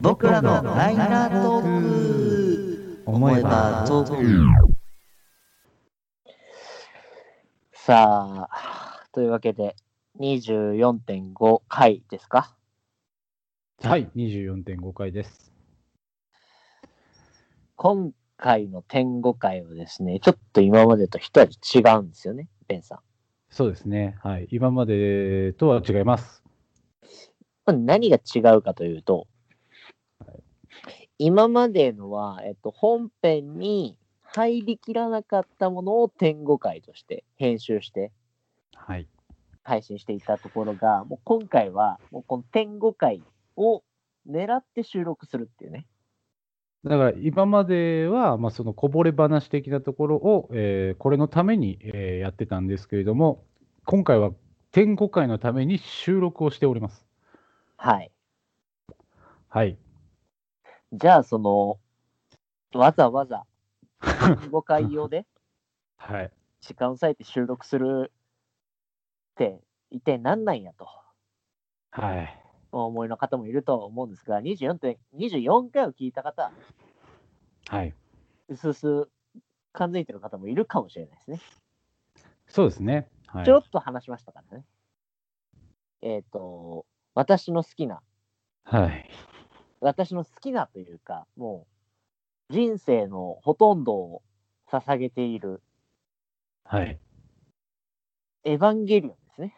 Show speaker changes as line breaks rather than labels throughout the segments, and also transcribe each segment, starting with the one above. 僕らのライナートーク思えばトーク
さあ、というわけで、24.5回ですか
はい、24.5回です。
今回の点5回はですね、ちょっと今までと一味違うんですよね、ベンさん。
そうですね。はい。今までとは違います。
まあ何が違うかというと、今までのは、えっと、本編に入りきらなかったものを点5回として編集して
はい。
配信していたところが、もう今回は、もうこの点5回を狙って収録するっていうね。
だから今までは、まあ、そのこぼれ話的なところを、えーこれのために、えーやってたんですけれども、今回は点5回のために収録をしております。
はい。
はい。
じゃあ、その、わざ わざ、5回用で
はい。
時間を割いて収録するって、一体何なんやと、
はい。
お思いの方もいると思うんですが、24, 点24回を聞いた方、
はい。
うすうす感づいてる方もいるかもしれないですね。
そうですね。はい
ち。ょっと話しましたからね。えっ、と、私の好きな、
はい。
私の好きなというか、もう、人生のほとんどを捧げている
はい。
エヴァンゲリオンですね。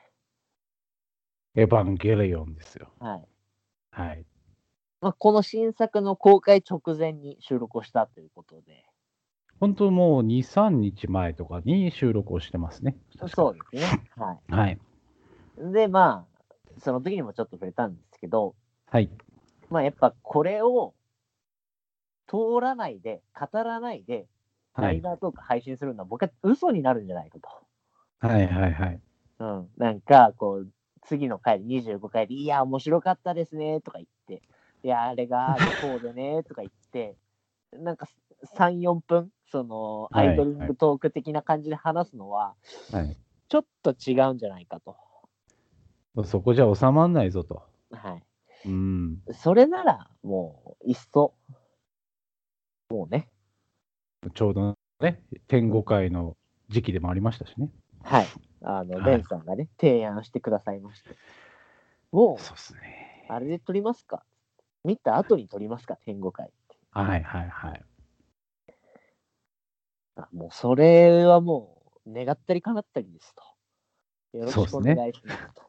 エヴァンゲリオンですよ。
はい。
はい。
まあ、この新作の公開直前に収録をしたということで、
本当もう2、3日前とかに収録をしてますね。
そうですね。は
はい。
い。で、まあ、その時にもちょっと触れたんですけど、
はい。
まあ、やっぱこれを通らないで、語らないで、
は
ライ
い。
ダートーク配信するのは、僕は嘘になるんじゃないか
はい。はい。はい。
と。うん。なんか、こう、次の回、25回で、いや、面白かったですね、とか言って、いや、あれが、こうで ね、とか言って、なんか、3、4分、その、アイドリングトーク的な感じで話すのは、
はい
ちょっと違うんじゃないかと。
そこじゃ収まらないぞと。
は
うん。
い。それなら、もう、いっそ、もうね、
ちょうどね、天5回の時期でもありましたしね。
はい。あの、
はい
ベンさんがね、提案してくださいまして。も
うですね
う、。あれで撮りますか見た後に撮りますか天狗会。
はいはいはい。
あもう、それはもう、願ったり叶ったりですと。よろしくお願いしますと。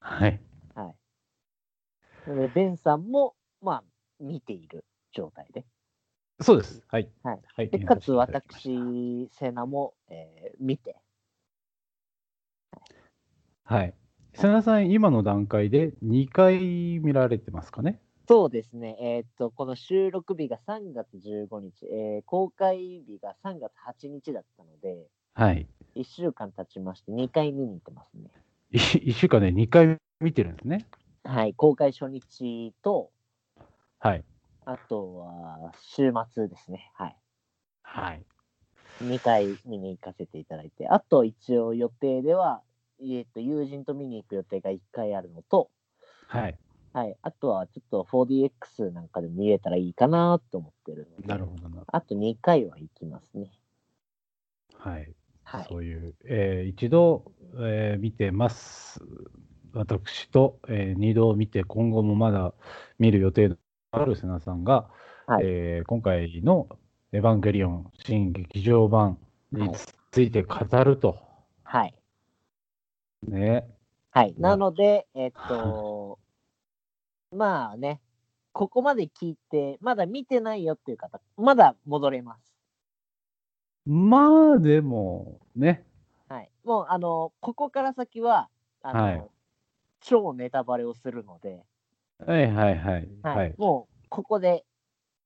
はい。
なので、ベンさんも、まあ、見ている状態で。
そうです。はい。
はい
はい
で、かつ、。
やらせていただきまし
私、セナも、えー見て、
たはい。瀬名さん、今の段階で2回見られてますかね。
そうですね、えーっと、この収録日が3月15日、えー公開日が3月8日だったので、
はい。
1週間経ちまして、2回見に行ってますね。
1週間で2回見てるんですね。
はい、公開初日と、
はい。
あとは週末ですね、はい。
はい。
2回見に行かせていただいて、あと一応予定では、えーっと、友人と見に行く予定が1回あるのと、
はい。
はい、あとはちょっと 4DX なんかで見れたらいいかなと思ってるので、
なるほどな。
あと2回は行きますね。
はい。
はい。
そういう、えー一度、えー見てます。私と、えー二度見て、今後もまだ見る予定のある瀬名さんが、
はい
えー今回の「エヴァンゲリオン」新劇場版について語ると。
はい。
ね。
はい。
うん
なので、えっ と、まあね、ここまで聞いて、まだ見てないよっていう方、まだ戻れます。
まあ、でも、ね。
はい。もう、あの、ここから先は、あの、
はい
超ネタバレをするので、
はいはいはい。
はい。
はい。
もう、ここで、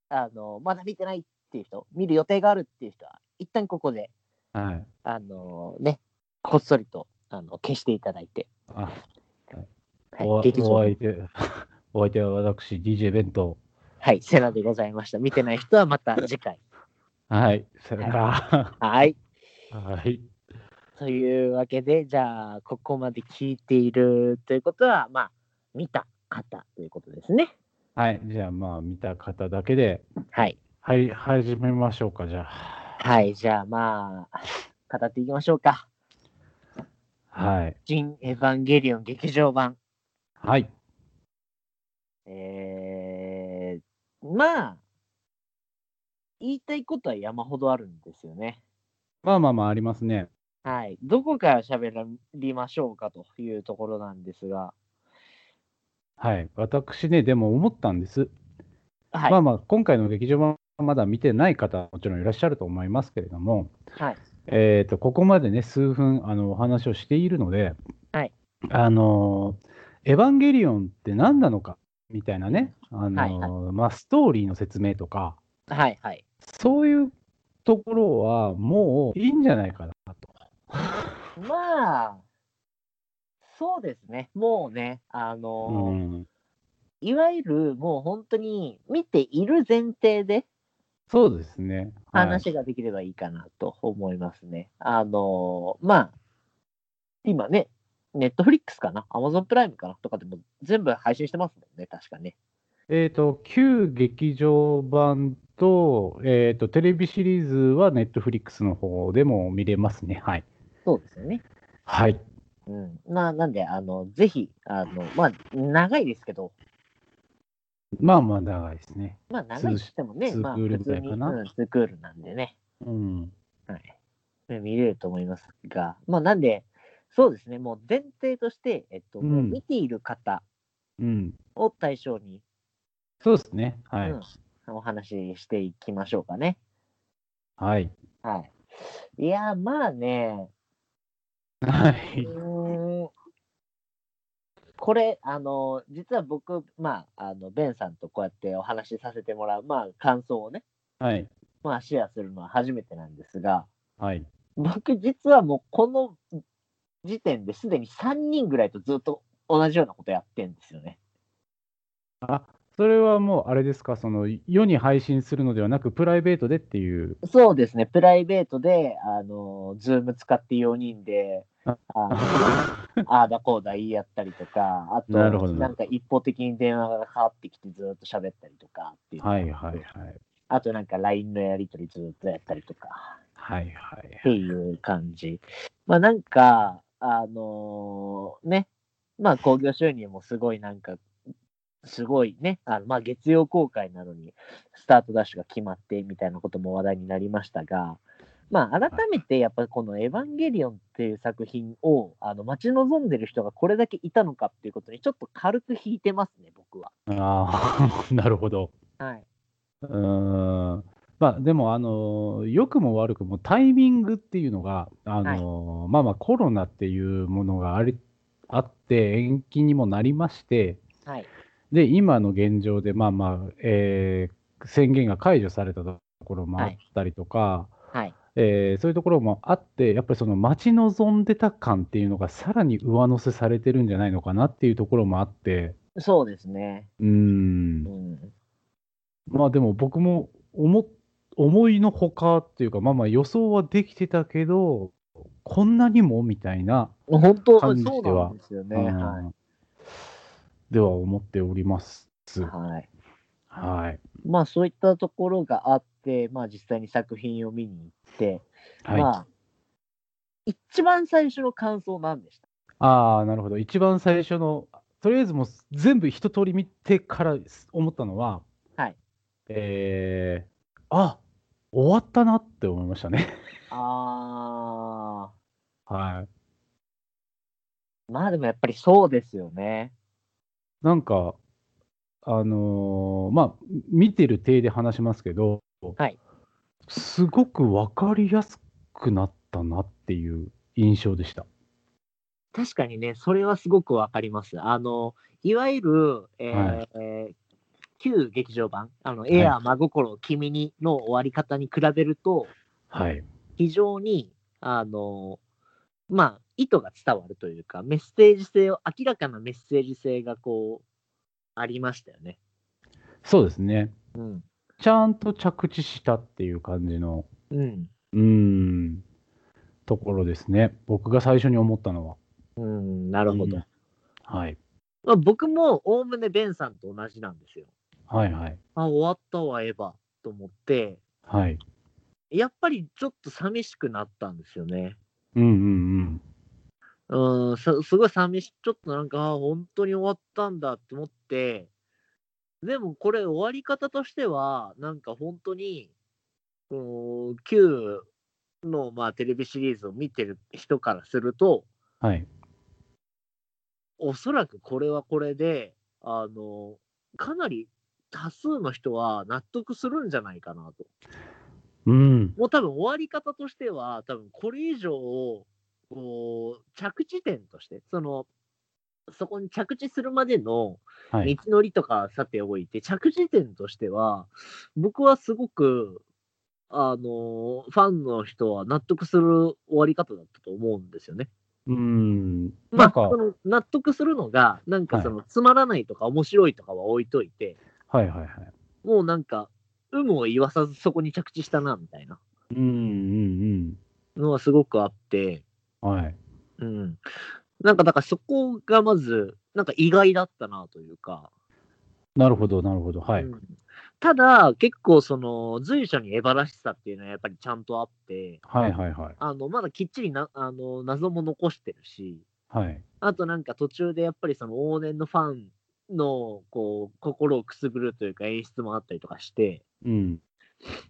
あの、まだ見てないっていう人、見る予定があるっていう人は、一旦ここで、
はい、
あのね、こっそりと、あの、消していただいて、
あ
はい。
おお
劇場
相手、 お相手は私、DJ 弁当。
はい。セナでございました。見てない人はまた次回。
はい。さよなら。
はい。
はい。
というわけで、じゃあ、ここまで聞いているということは、まあ、見た方ということですね。
はい、じゃあまあ見た方だけで、
はい。
はい、始めましょうか、じゃあ。
はい、じゃあまあ、語っていきましょうか。
はい。
新エヴァンゲリオン劇場版。
はい。
えー、まあ、言いたいことは山ほどあるんですよね。
まあまあまあ、ありますね。
はい。どこから喋りましょうかというところなんですが。
はい。私ね、でも思ったんです。
はい。
まあまあ、今回の劇場版まだ見てない方、もちろんいらっしゃると思いますけれども、
はい。
えー、とここまでね、数分あのお話をしているので、
はい
あのーエヴァンゲリオンって何なのかみたいなね、あのー
は
まあ、ストーリーの説明とか、
はい。はい。
そういうところはもういいんじゃないかなと。
まあ、そうですね。もうね、あの
う
ー
ん、
いわゆるもう本当に見ている前提で
そうですね。はい
話ができればいいかなと思いますね。あのーまあ、今ね、ネットフリックスかな、アマゾンプライムかなとかでも全部配信してますもんね、確かね。
えー、と旧劇場版と,、えー、とテレビシリーズは Netflix の方でも見れますね。はい。
そうですよね。
はい、
うん。まあ、なんで、あの、ぜひ、あの、まあ、長いですけど、
まあまあ長いですね。
まあ、長いとしてもね、
ツー
まあ、
ツークールぐらい
普通
か
に
な
うん、ツークールなんでね。
うん
はい。で見れると思いますが、まあ、なんで、そうですね、もう前提として、えっと、
うん
もう見ている方
うん、
を対象に、
そうですね。はい。
うんお話ししていきましょうかね。
はい。
はい。いやー、まあね、
は
う
い。
ーん、これ、あの、実は僕、まあ、あの、ベンさんとこうやってお話しさせてもらう、まあ、感想をね、
はい。
まあ、シェアするのは初めてなんですが、
はい。
僕、実はもう、この時点ですでに3人ぐらいとずっと同じようなことやってんですよね。
それはもう、あれですか、その、世に配信するのではなく、プライベートでっていう。
そうですね、プライベートで、あの、ズーム使って4人で、あ
あ
のあーだこうだ言い合ったりとか、あと、
なるほど
なんか一方的に電話がかかってきてずっと喋ったりとかっていう。
はいはいはい。
あとなんか LINE のやりとりずっとやったりとか、
はいはい
っ。ていう感じ。まあなんか、あのーね、まあ興行収入もすごいなんか、すごいね、あのまあ月曜公開なのに、スタートダッシュが決まってみたいなことも話題になりましたが、まあ改めてやっぱりこのエヴァンゲリオンっていう作品をあの待ち望んでる人がこれだけいたのかっていうことにちょっと軽く引いてますね、僕は。
あ あ、なるほど。
はい。
うーん。まあ、でも、あの、良くも悪くも、タイミングっていうのが、あの、まあまあ、コロナっていうものがあり、あって、延期にもなりまして、
はい。
で、今の現状で、まあまあ、えー宣言が解除されたところもあったりとか、
はい。
えーそういうところもあって、やっぱりその待ち望んでた感っていうのが、さらに上乗せされてるんじゃないのかなっていうところもあって、
そうですね。
うーん
う、ん。
まあでも僕も思思いのほかっていうか、まあまあ予想はできてたけど、こんなにもみたいな、
本当、そう
感じては
なんですよね。
うん
は
では思っております。
い。はい。
はい。
まあそういったところがあって、まあ実際に作品を見に行って、
はい、
まあ、一番最初の感想なんでした
ああ、なるほど。一番最初の、とりあえずもう全部一通り見てから思ったのは、
はい。
えー、あ終わったなって思いましたね。
あ
はい。
ー、まあでもやっぱりそうですよね。
なんか、あのーまあ、見てる体で話しますけど、
はい
すごく分かりやすくなったなっていう印象でした。
確かにね、それはすごくわかります。あの、いわゆる、えー
は
えー旧劇場版、あの、
い
エアー真心君にの終わり方に比べると、
はい。
非常に、あの、まあ、意図が伝わるというか、メッセージ性を、明らかなメッセージ性がこう、ありましたよね。
そうですね。
うん。
ちゃんと着地したっていう感じの、
うん。
うーん、ところですね。僕が最初に思ったのは。
うん、なるほ
う
ど。
んはい。
まあ、僕も、おおむねベンさんと同じなんですよ。
はいはい。
あ、終わったわ、エヴァ、と思って、
はい。
やっぱりちょっと寂しくなったんですよね。
うんうん
うん、すすごい寂し、ちょっとなんか、あ本当に終わったんだって思って、でもこれ終わり方としては、なんか本当に、この Q の、まあ、テレビシリーズを見てる人からすると、
うん。はい。
おそらくこれはこれで、あの、かなり多数の人は納得するんじゃないかなと。
うん。
もう多分終わり方としては、多分これ以上を、こう、着地点として、その、そこに着地するまでの
は
道
い。
のりとかさておいて、着地点としては、僕はすごく、あの、ファンの人は納得する終わり方だったと思うんですよね。
うん。
ま
な
あ、
んか
そ、の納得するのが、なんかその、
は
つまらないとか面白いとかは置いといて、
はいはいはい。
もうなんか、有無を言わさずそこに着地したな、みたいな
うんうん
のはすごくあって、
うん。はい。
うん。なんか、だからそこがまず、なんか意外だったなというか、
なるほど、なるほど。はい。
うんただ、結構その、随所にエバらしさっていうのはやっぱりちゃんとあって、
はいはいはい。
あの、まだきっちりな、あの、謎も残してるし、
はい。
あとなんか途中でやっぱりその往年のファンのこう心をくすぐるというか演出もあったりとかして、
うん。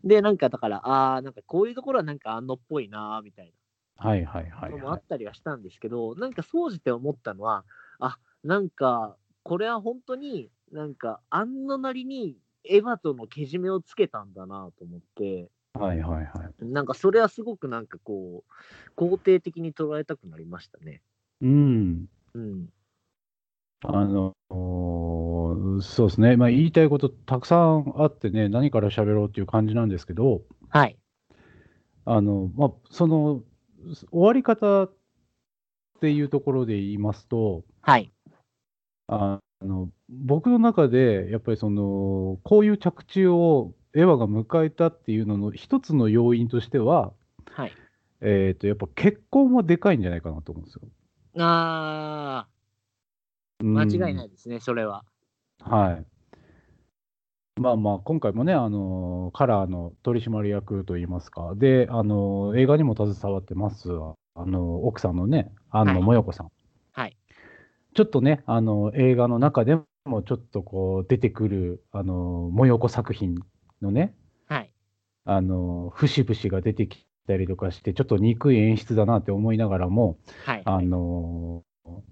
で、なんかだから、ああ、なんかこういうところはなんかあのっぽいなーみたい
はいはいは
ないのもあ
は
ったりはしたんですけど、なんか総じて思ったのは、あなんかこれは本当になんかあんのなりにエヴァとのけじめをつけたんだなと思って、
い。はいはいはい。
なんかそれはすごくなんかこう、肯定的に捉えたくなりましたね。
うん。
うん。
あの、そうですね。まあ言いたいことたくさんあってね、何から喋ろうっていう感じなんですけど、
はい。
あの、まあ、その、終わり方っていうところで言いますと、
はい。
あの僕の中でやっぱりそのこういう着地をエヴァが迎えたっていうのの一つの要因としては、
はい。
えー、とやっぱ結婚はでかいんじゃないかなと思うんですよ。。
ああ。間違いないいですね、それは。
はい、まあまあ今回もねあのカラーの取締役といいますかであの映画にも携わってますあの奥さんのね安野もよこさん。
はい
ちょっとねあの映画の中でもちょっとこう出てくるあのもよこ作品のね
はい。
あの、節々が出てきたりとかして、ちょっと憎い演出だなって思いながらも、
はい。
あの、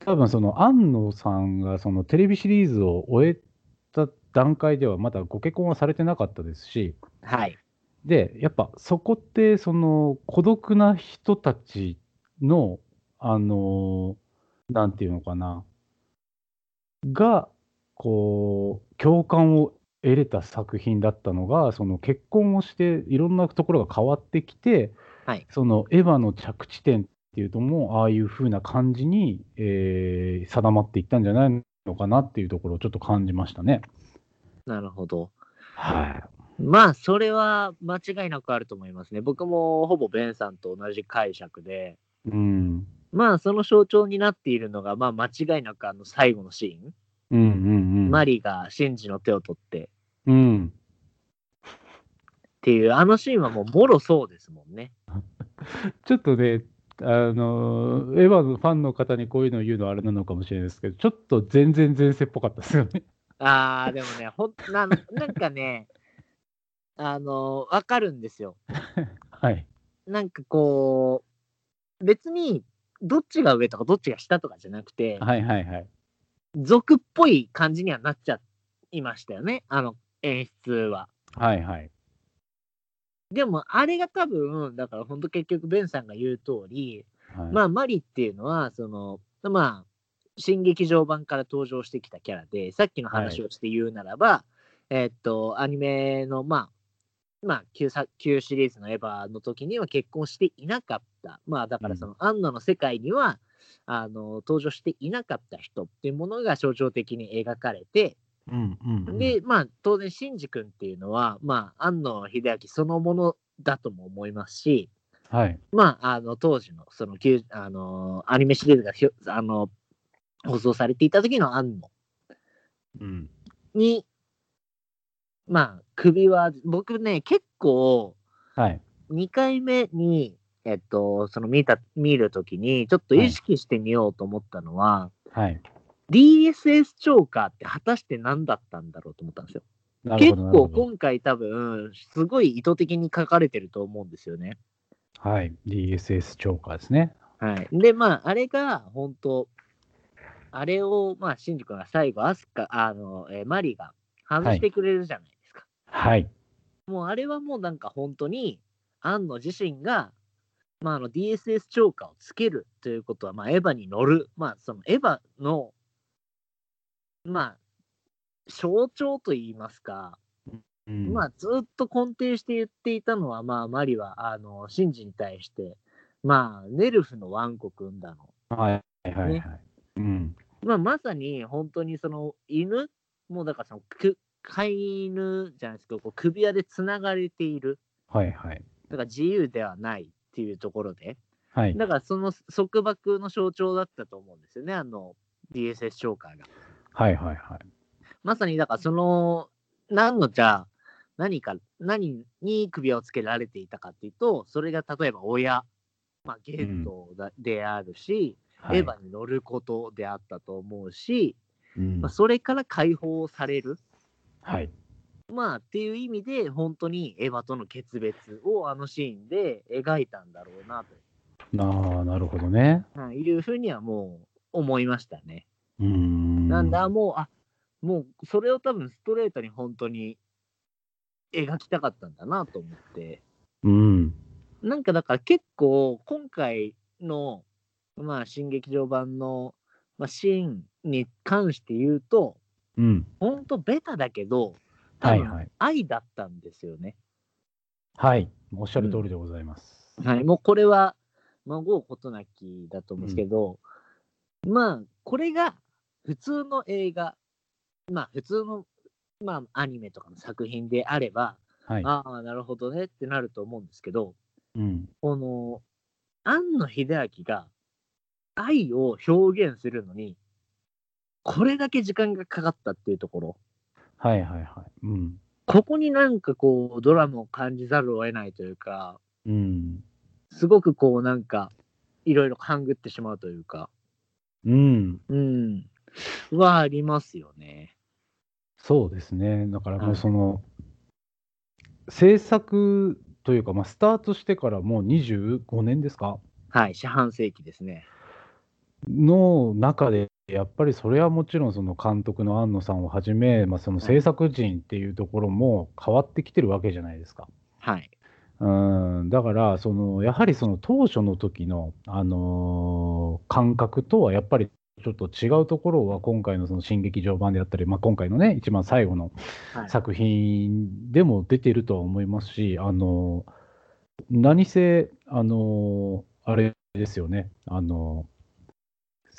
多分その安野さんがそのテレビシリーズを終えた段階ではまだご結婚はされてなかったですし、
はい。
で、やっぱそこってその孤独な人たちの、あの、なんていうのかな、が、こう、共感を得れた作品だったのが、その結婚をしていろんなところが変わってきて、
はい
そのエヴァの着地点っていうともうああいう風な感じに、えー定まっていったんじゃないのかなっていうところをちょっと感じましたね。
なるほど。
はい。
まあ、それは間違いなくあると思いますね。僕もほぼベンさんと同じ解釈で、
うん。
まあ、その象徴になっているのが、まあ、間違いなくあの最後のシーン。
うんうんうん。
マリがシンジの手を取ってっ
うん。
ていう、あのシーンはもう、もろそうですもんね。
ちょっとね、あのーエヴァのファンの方にこういうのを言うのはあれなのかもしれないですけど、ちょっと全然前世っぽかったですよね。
ああ、でもね、ほんな、なんかね、あの、わかるんですよ。
はい。
なんかこう、別に、どっちが上とかどっちが下とかじゃなくて、
はいはいはい。
俗っぽい感じにはなっちゃいましたよね、あの演出は。
はいはい。
でも、あれが多分、だから本当結局、ベンさんが言う通り、
はい、
まあ、マリっていうのは、その、まあ、新劇場版から登場してきたキャラで、さっきの話をして言うならば、えっと、アニメの、まあ、まあ旧作、旧シリーズのエヴァの時には結婚していなかった。まあ、だからその、アンナの世界には、あの、登場していなかった人っていうものが象徴的に描かれて、
うんうんうん、
で、まあ、当然、シンジ君っていうのは、まあ、安野秀明そのものだとも思いますし、
はい。
まあ、あの、当時の、その、きゅうあのーアニメシリーズがひょ、あの、放送されていた時の安野
うん。
に、まあ、首は、僕ね、結構、
はい。
2回目に、えっと、その見た、見るときに、ちょっと意識してみようと思ったのは、
はい。
DSS チョーカーって果たして何だったんだろうと思ったんですよ。
なる
結
ほどなるほ
構
ど。
今回多分、すごい意図的に書かれてると思うんですよね。
はい。DSS チョーカーですね。
はい。で、まあ、あれが本当、あれを、まあ、シンジ君が最後、アスカ、あの、えーマリが外してくれるじゃないですか。
はい。
もうあれはもうなんか本当に、アンノ自身が、まあ、あの DSS チョーカーをつけるということは、まあ、エヴァに乗る、まあ、そのエヴァの、まあ、象徴といいますか、
うん
まあ、ずっと根底して言っていたのは、まあ、マリは、あの、シンジに対して、まあ、ネルフのワンコくんだの。
はいはいはい
ね。
うん。
まあ、まさに、本当にその、犬もうだからその、く飼い犬じゃないですけど、こう首輪でつながれている。
はいはい。
だから自由ではないっていうところで。
はい。
だから、その束縛の象徴だったと思うんですよね、あの、DSS ショーカーが。
はいはいはい。
まさに、だからその、何のじゃあ、何か、何に首輪をつけられていたかっていうと、それが例えば親、まあ、ゲートだ、であるし、
はい
エヴァに乗ることであったと思うし、
うん
まあ、それから解放される、
はい。
まあ、っていう意味で、本当にエヴァとの決別をあのシーンで描いたんだろうな
なあ、なるほどね。
とはいいうふうにはもう思いましたね。
うーん。
なんだ、もう、あもうそれを多分ストレートに本当に描きたかったんだなと思って、
うん。
なんかだから結構、今回の、まあ、新劇場版の、まあ、シーンに関して言うと、
うん。
本当ベタだけど、多
はいはい
分愛だったんですよね。
はい。おっしゃる通りでございます。
はい、もうこれは、まあ、ごうことなきだと思うんですけど、まあ、これが普通の映画、まあ、普通の、まあ、アニメとかの作品であれば、
はい。
ああ、なるほどねってなると思うんですけど、
うん。
この、庵野秀明が愛を表現するのに、これだけ時間がかかったっていうところ、
はいはいはい。うん。
ここになんかこう、ドラマを感じざるを得ないというか、
うん。
すごくこうなんか、いろいろ勘ぐってしまうというか、
うん。
うん、はありますよね。
そうですね。だからも
は
う
い
その、制作というか、まあ、スタートしてからもう25年ですか
はい、四半世紀ですね。
の中で、やっぱりそれはもちろんその監督の庵野さんをはじめ、まあ、その制作陣っていうところも変わってきてるわけじゃないですか。
はい。
うん、だからその、やはりその当初の時のあのー感覚とはやっぱりちょっと違うところは、今回のその新劇場版であったり、まあ、今回のね、一番最後の
はい、
作品でも出てるとは思いますし、あのー何せ、あのーあれですよね、あのー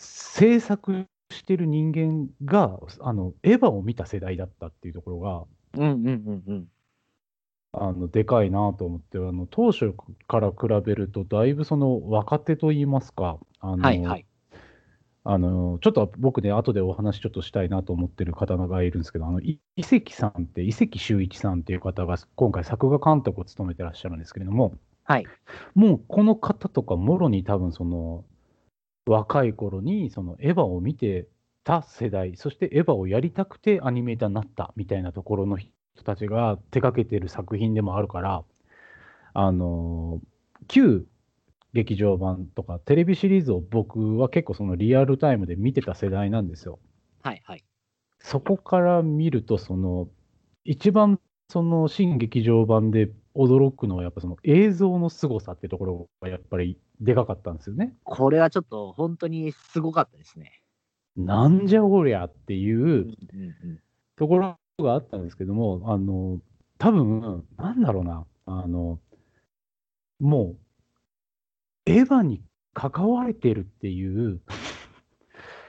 制作してる人間があの、エヴァを見た世代だったっていうところが。
うんうんうんうん。
あのでかいなと思ってあの当初から比べるとだいぶその若手といいますかあの、
はいはい。
あのちょっと僕ね後でお話ちょっとしたいなと思ってる方がいるんですけどあのい伊関さんって伊関修一さんっていう方が今回作画監督を務めてらっしゃるんですけれども
はい。
もうこの方とかもろに多分その若い頃にそのエヴァを見てた世代そしてエヴァをやりたくてアニメーターになったみたいなところの人たちが手掛けてる作品でもあるからあの旧劇場版とかテレビシリーズを僕は結構そのリアルタイムで見てた世代なんですよ。
はいはい。
そこから見ると、その一番その新劇場版で驚くのは、やっぱその映像の凄さってところがやっぱりでかかったんですよね。
これはちょっと本当にすごかったですね。
なんじゃおりゃって
う
いうん
うん
ところがあったんですけども、あの多分なんだろうな、あのもうエヴァに関われてるっていう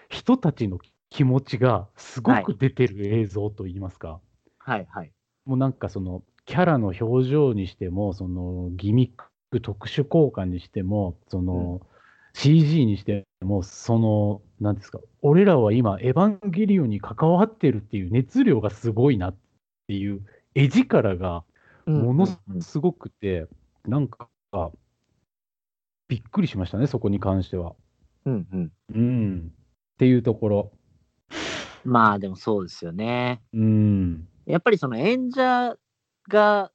人たちの気持ちがすごく出てる映像といいますか。
はいはい。
もうなんかそのキャラの表情にしてもそのギミック特殊効果にしてもその、CG にしてもそのなんですか俺らは今エヴァンゲリオンに関わってるっていう熱量がすごいなっていう絵力が
うん
ものすごくて、なんか、びっくりしましたね、そこに関しては。
うんうん。
うん。っていうところ。
まあでもそうですよね。
うん。
やっぱりその演者が、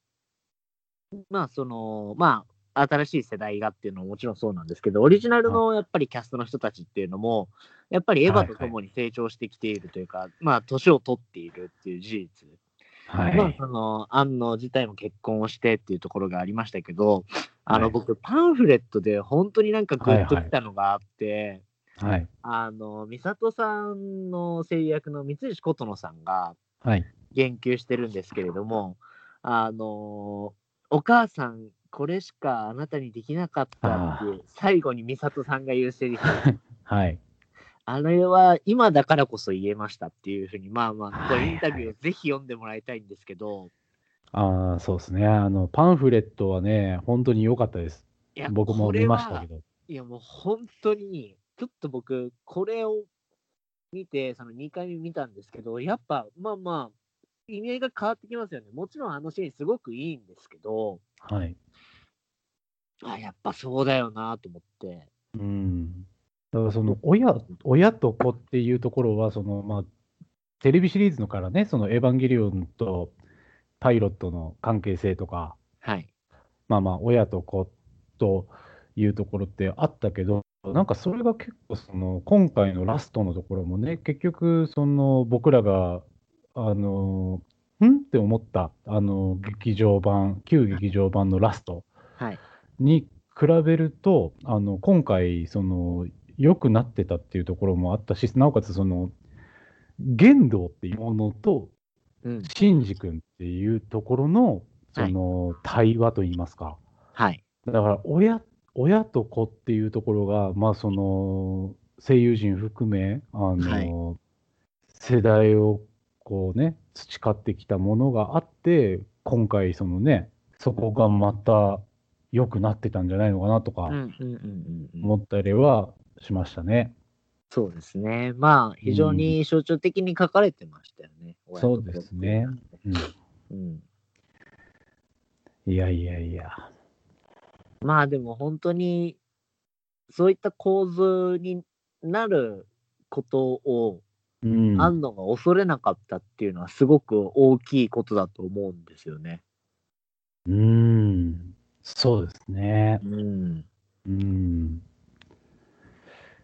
まあその、まあ新しい世代がっていうのももちろんそうなんですけど、オリジナルのやっぱりキャストの人たちっていうのも、やっぱりエヴァと共に成長してきているというか、まあ年を取っているっていう事実。
は
まあ
い。
その、安野自体も結婚をしてっていうところがありましたけど、あ
は
の
い
僕パンフレットで本当になんかグッときたのがあって、
はい。
あの、美里さんの声優役の三石琴乃さんが、
はい。
言及してるんですけれども、あのお母さん、これしかあなたにできなかったっていう、最後に美里さんが言うセリフ、
はい。
あれは今だからこそ言えましたっていうふうに、まあまあ、
は
こ
いは
れ
い
インタビューをぜひ読んでもらいたいんですけど、
ああ、そうですね。あの、パンフレットはね、本当に良かったです。
いや、
僕も
これ
見ましたけ
は
ど。
いや、もう本当に、ちょっと僕、これを見て、その2回目見たんですけど、やっぱ、まあまあ、意味合いが変わってきますよね。もちろんあのシーンすごくいいんですけど、
はい。
あ、やっぱそうだよなと思って。
うん。だからその親親と子っていうところはその、まあ、テレビシリーズのからね、そのエヴァンゲリオンとパイロットの関係性とか、
はい。
まあまあ、親と子というところってあったけど、なんかそれが結構その、今回のラストのところもね、結局、その僕らが、あの、んって思った、あの、劇場版、旧劇場版のラスト
はい。
に比べると、あの今回、その良くなってたっていうところもあったし、なおかつ、その玄道っていうものと、
うん。
シンジ君っていうところの、その対話といいますか、
はい。
だから親親と子っていうところが、まあ、その声優陣含め、あの世代をこう、ね、培ってきたものがあって、今回その、ね、そこがまた良くなってたんじゃないのかなとか
うんうんうんうん。
思ったりはしましたね。
そうですね。まあ、非常に象徴的に書かれてましたよね。親
そ
子
うですね
うん。
いやいやいや。
まあ、でも本当に、そういった構図になることを、
うん、
安野が恐れなかったっていうのは、すごく大きいことだと思うんですよね。
うんそうですね。
うん。
うん、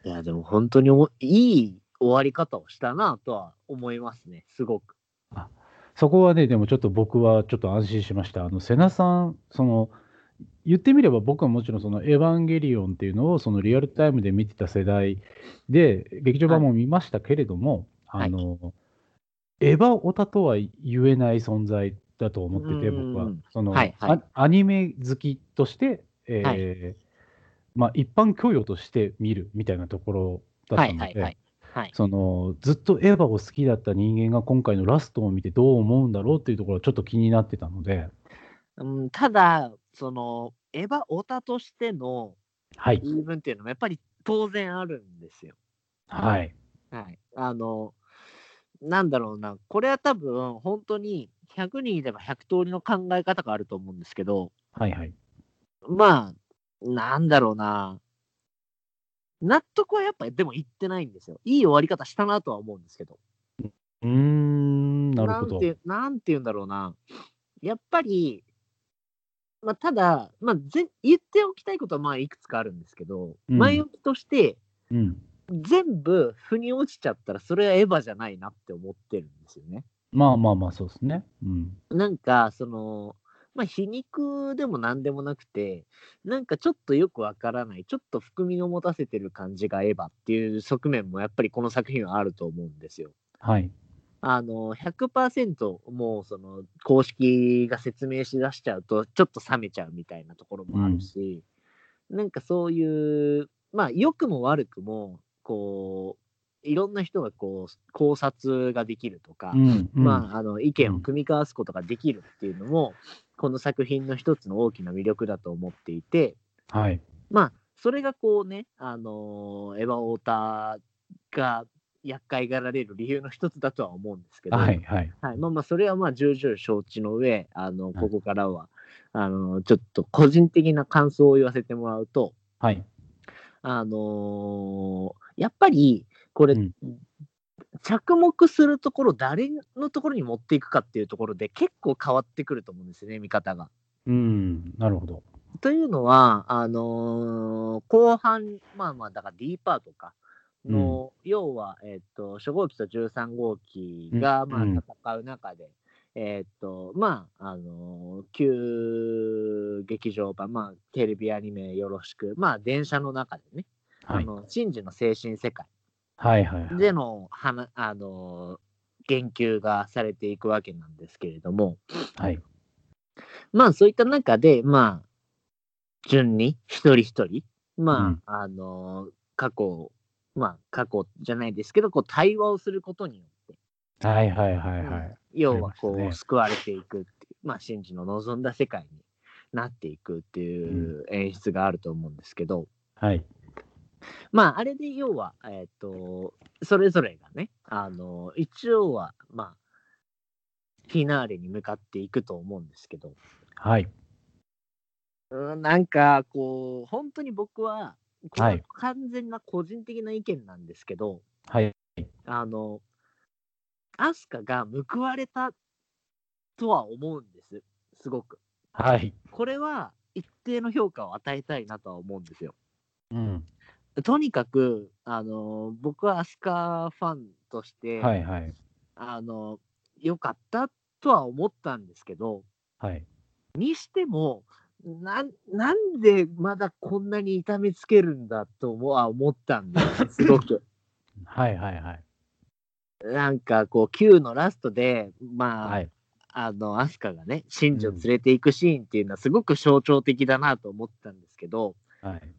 いや、でも本当においい終わり方をしたなとは思いますね。すごく。
そこはね、でもちょっと僕はちょっと安心しました。あの、瀬名さん、その、言ってみれば僕はもちろんそのエヴァンゲリオンっていうのをそのリアルタイムで見てた世代で、劇場版も見ましたけれども、
はい
あの、エヴァオタとは言えない存在だと思ってて、
うん
僕は。その、
はいはい
あアニメ好きとして、えー
は
まあ一般教養として見るみたいなところだっ
は
た
い
ので、
はいはい。はい。
そのずっとエヴァを好きだった人間が今回のラストを見てどう思うんだろうっていうところはちょっと気になってたので、
うん、ただ、その、エヴァオタとしての
はい、
言い分っていうのもやっぱり当然あるんですよ。
はい、
はい。あの、なんだろうな、これは多分、本当に100人いれば100通りの考え方があると思うんですけど、
はい、はい、
まあ、なんだろうな、納得はやっぱでも言ってないんですよ。いい終わり方したなとは思うんですけど。
うーん、なるほど
ん。て、なんて言うんだろうな。やっぱり、まあ、ただ、まあ、ぜ言っておきたいことはまあいくつかあるんですけど、
うん
前置きとして、
うん、
全部腑に落ちちゃったら、それはエヴァじゃないなって思ってるんですよね。
まあまあまあ、そうですね。うん、
なんか、その、まあ、皮肉でも何でもなくて、なんかちょっとよくわからない、ちょっと含みを持たせてる感じがエヴァっていう側面もやっぱりこの作品はあると思うんですよ。
はい、
あの、100%もうその公式が説明しだしちゃうと、ちょっと冷めちゃうみたいなところもあるし、なんかそういう、まあ、良くも悪くも、こう、いろんな人がこう考察ができるとか、
うん、うん
まあ、あの意見を組み交わすことができるっていうのも、この作品の一つの大きな魅力だと思っていて、
はい、
まあ、それがこうね、あのーエヴァ・オーターが厄介がられる理由の一つだとは思うんですけど、
はいはい。
はい、まあまあ、それはまあ、重々承知の上、あの、
い
ここからは、あの、ちょっと個人的な感想を言わせてもらうと、
はい。
あのーやっぱり、これ、
うん
着目するところ、誰のところに持っていくかっていうところで、結構変わってくると思うんですよね、見方が。
うん、なるほど。
というのは、あのー後半、まあまあ、だから D パートか。の、要は、えっ、と、初号機と13号機が、
うん
まあ、
うん
戦う中で、えっ、と、まあ、あのー旧劇場版、まあ、テレビアニメよろしく、まあ、電車の中でね、
は
あ
い。
の、真珠の精神世界
はいはいはい。
での、はな、あのー言及がされていくわけなんですけれども、
はい。
まあそういった中で、まあ、順に一人一人、まあ、
うん
あのー過去を、まあ過去じゃないですけど、こう対話をすることによって、
はいはいはいはい。
要
ありま
はこ
した
う
ね
救われていくっていう、まあ真珠の望んだ世界になっていくっていう演出があると思うんですけど、
はい。
まあ、あれで要は、えっ、と、それぞれがね、あの、一応は、まあ、フィナーレに向かっていくと思うんですけど、
はい。
うんなんか、こう、本当に僕は、これ
は
はい完全な個人的な意見なんですけど、
はい。
あの、アスカが報われたとは思うんです、すごく。
はい。
これは、一定の評価を与えたいなとは思うんですよ。
うん。
とにかく、あの、僕はアスカファンとして、
はいはい。
あの、良かったとは思ったんですけど、
はい。
にしても、なんなんでまだこんなに痛めつけるんだと思は思った んですよ、すごく。
はいはいはい。
なんかこう、Q のラストで、まあ、
はい。
あの、アスカがね、真珠を連れていくシーンっていうのは、すごく象徴的だなと思ったんですけど、
はい。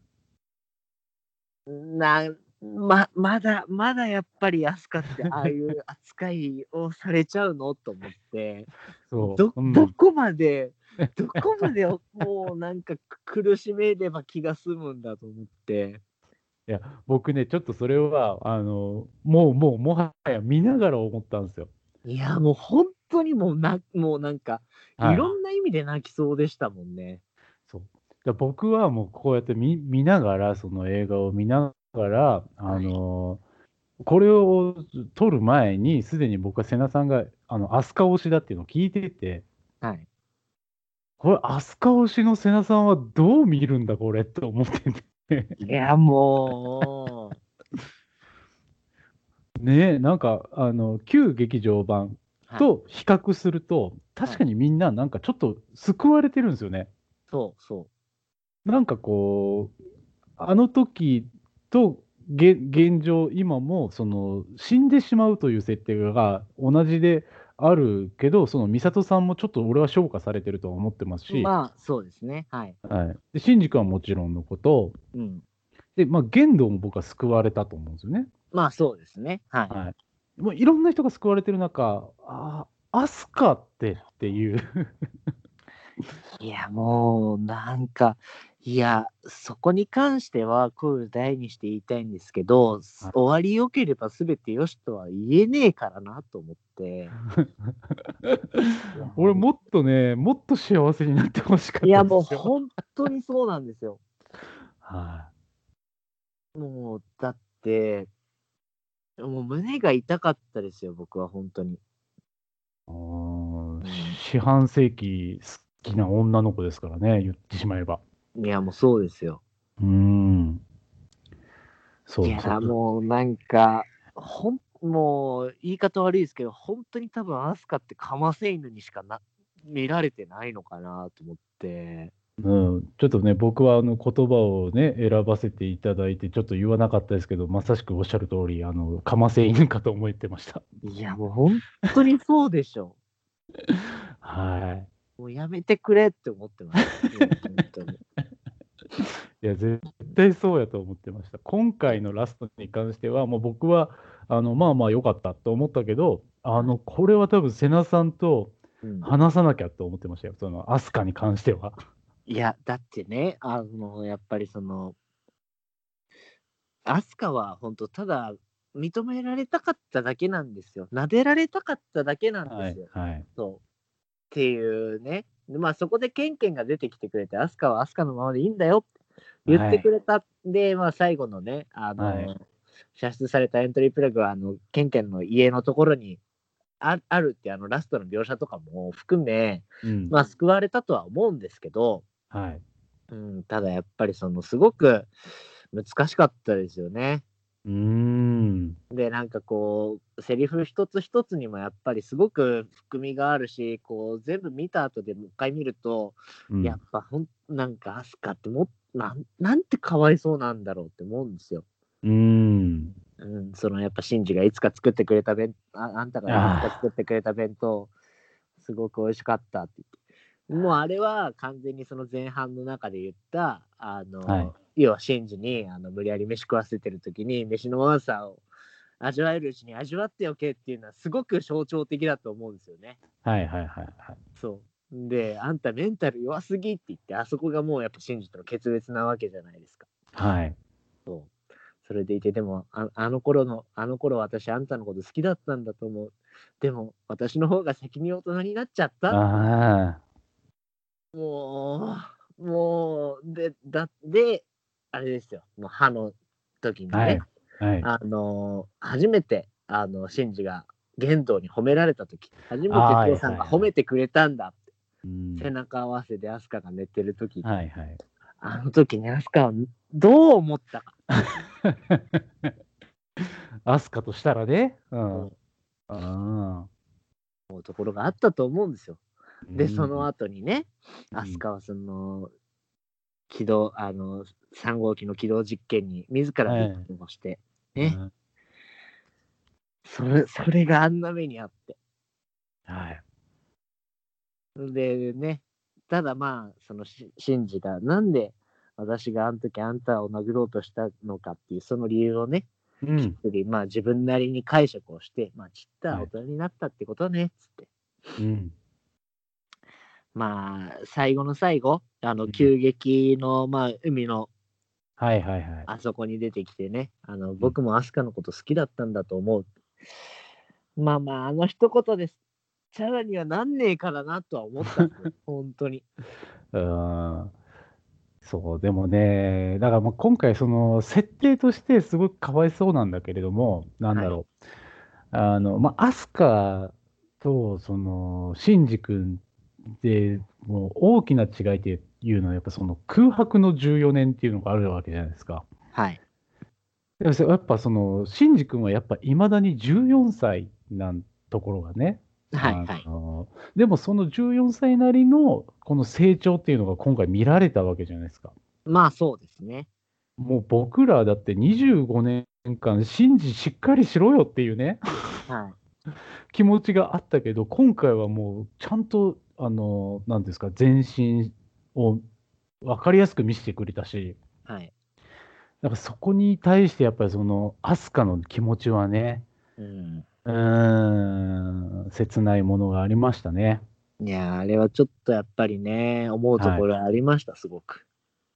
なままだ、まだやっぱりアスカってあ あいう扱いをされちゃうのと思って。
そう。
ど
うん
どこまで、 どこまでもうなんか苦しめれば気が済むんだと思って。
いや、僕ね、ちょっとそれは、あの、もう、もう、もはや見ながら思ったんですよ。
いや、もう本当にもうな、もうなんか、
はい
いろんな意味で泣きそうでしたもんね。
そう。で僕はもう、こうやって見見ながら、その映画を見ながら、あの、これを撮る前に、すでに僕は瀬名さんが、あの、飛鳥推しだっていうのを聞いてて、
はい。
これ、飛鳥推しの瀬名さんはどう見るんだ、これって思ってて。
いや、もう、
ねえ、なんか、あの、旧劇場版
はい
と比較すると、確かにみんな、なんかちょっと救われてるんですよね。
そうそ
なんかこう、あの時と現現状、今もその死んでしまうという設定が同じであるけど、その美里さんもちょっと俺は昇華されてるとは思ってます
う。
し、
まあ、そうですね。はい。
はい、で新宿はもちろんのこと、
うん。
でまあ、玄道も僕は救われたと思うんですよね。
まあ、そうですね。はい。
はい、もういろんな人が救われてる中、あーアスカってっていう、
いや、もう、なんか、いや、そこに関しては、クール大にして言いたいんですけど、終わりよければ全てよしとは言えねえからなと思 って。
俺、もっとね、もっと幸せになってほしかった
いや、もう
ですよ
本当にそうなんですよ。
は
もう、だって、もう胸が痛かったですよ、僕は本当に。
い、うーん四半世紀好きな女の子ですからね、言ってしまえば。
いや、もうそうですよ。
うーん。そう
い
そう
や、もうなんか、ほん、もう、言い方悪いですけど、本当に多分、アスカってカマセイヌにしかな見られてないのかなと思って。
うん、ちょっとね、僕はあの言葉をね、選ばせていただいて、ちょっと言わなかったですけど、まさしくおっしゃる通り、あの、かませ犬かと思ってました。
いや、もう本当にそうでしょ。
はい。
もうやめてくれって思って ます。本当に。
いや、絶対そうやと思ってました。今回のラストに関しては、もう僕は、あの、まあまあ良かったと思ったけど、あの、これは多分、瀬名さんと
うん
話さなきゃと思ってましたよ。その、アスカに関しては。
いや、だってね、あの、やっぱりその、アスカは本当ただ認められたかっただけなんですよ。撫でられたかっただけなん
は
です
い
よ。
はい
そうっていうね。でまあそこでケンケンが出てきてくれて、アスカはアスカのままでいいんだよって言ってくれた。で、まあ最後のね、あの、
はい
射出されたエントリープラグは、あの、ケンケンの家のところにああるって、あのラストの描写とかも含め、
うん
まあ救われたとは思うんですけど、
はい
うん、ただやっぱりそのすごく難しかったですよね。
うーん
でなんかこうセリフ一つ一つにもやっぱりすごく含みがあるしこう全部見た後でもう一回見ると、
うん
やっぱほんなんかアスカってもなんなんてかわいそうなんだろうって思うんですよ。
うーん
うん、そのやっぱシンジがいつか作ってくれた弁ああんたがいつか作ってくれた弁当すごく美味しかったって言ってもうあれは完全にその前半の中で言ったあの、
はい
要はシンジにあの無理やり飯食わせてる時に飯のワンさを味わえるうちに味わっておけっていうのはすごく象徴的だと思うんですよね。
はいはいはいはい
そうであんたメンタル弱すぎって言ってあそこがもうやっぱシンジとの決別なわけじゃないですか。
はい
そう。それでいて、でもあ、あの頃の、あの頃私、あんたのこと好きだったんだと思う。でも、私の方が先に大人になっちゃった。
ああ
もう、もう、で、だで、あれですよ、もう歯の時にね、
はいはい
あのー、初めて、あの、シンジが玄道に褒められた時、初めて
はい
父さんが
はいはい
褒めてくれたんだって、
うん
背中合わせでアスカが寝てる時、
はいはい
あの時にアスカはどう思ったか。
アスカとしたらねうん
うん
あ
思うところがあったと思うんですよ。
ー
で、
うん
その後にね、
うん
アスカはその、軌道、あの、3号機の軌道実験に自ら
はい
ビッグをして、ね、それ、 それがあんな目にあって。
うんはい
で、ね、ただまあ、そのし、シンジが、なんで私があの時あんたを殴ろうとしたのかっていう、その理由をね、
うん
よりまあ自分なりに解釈をして、まあ、ちった
はい
大人になったってことね、つって。
うん
まあ、最後の最後、あ
う
の、
ん
急激の、まあ、海の
はいはいはい
あそこに出てきてね、あの僕もアスカのこと好きだったんだと思う。まあまあ、あの一言です。チャラにはなんねえからなとは思ったん ですよ本当に。
うーんそう、でもね、だからもう今回、その設定としてすごくかわいそうなんだけれども、なんだろう、あの、まあ、アスカと、その、シンジ君で、もう大きな違いっていうのは、やっぱその空白の14年っていうのがあるわけじゃないですか。
はい。
でもやっぱその、シンジ君はやっぱいまだに14歳なんところがね、
はいは
あ
い。
のでもその14歳なりのこの成長っていうのが今回見られたわけじゃないですか。
まあそうですね。
もう僕らだって25年間信じしっかりしろよっていうね
はい。
気持ちがあったけど今回はもうちゃんとあの何ですか全身を分かりやすく見せてくれたし
はい。
なんかそこに対してやっぱりそのアスカの気持ちはね
うん。
うーん切ないものがありましたね。
いやー、あれはちょっとやっぱりね、思うところありました、すごく。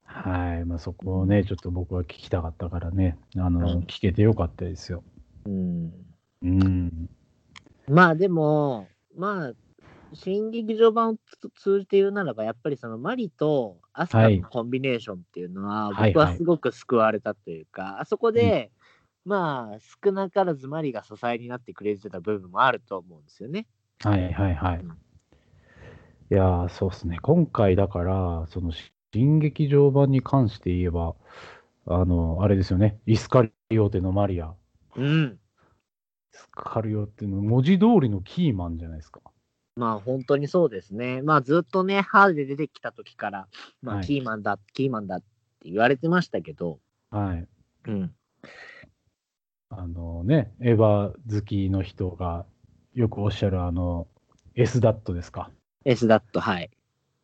はい、まあ、そこをね、ちょっと僕は聞きたかったからね、あの、
うん
聞けてよかったですよ。
うん。
うん。
まあでも、まあ、新劇場版をつ通じて言うならば、やっぱりそのマリとアスカ
はい
のコンビネーションっていうのは、
はい
僕は
はい
すごく救われたというか、あそこで、まあ、少なからずマリが支えになってくれてた部分もあると思うんですよね。
はいはいはい。
うん
いやー、そうっすね。今回だから、その、新劇場版に関して言えば、あの、あれですよね、イスカリオテのマリア。
うん。
イスカリオテの文字通りのキーマンじゃないですか。
まあ、本当にそうですね。まあ、ずっとね、ハーで出てきた時から、まあ、
はい
キーマンだ、キーマンだって言われてましたけど、
はい。
うん。
あのね、エヴァ好きの人がよくおっしゃる、あの、S ダットですか。
S だと、はい。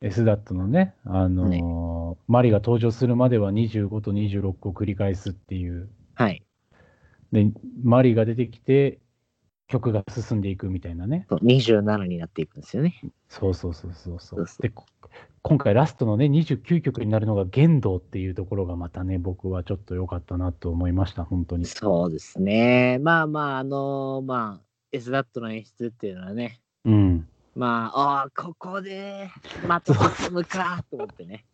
S ダットのね、あのーマリが登場するまでは25と26を繰り返すっていう。
はい。
で、マリが出てきて、曲が進んでいくみたいなね。
そう27になっていくんですよね。
そうそうそうそうそ
そうう。そう
で、こ今回ラストのね、29曲になるのが玄道っていうところがまたね、僕はちょっと良かったなと思いました、本当に。
そうですね。まあまあ、あのーまあ、s ダットの演出っていうのはね、
うん。
まあ、ああ、ここで、また進むか、と思ってね。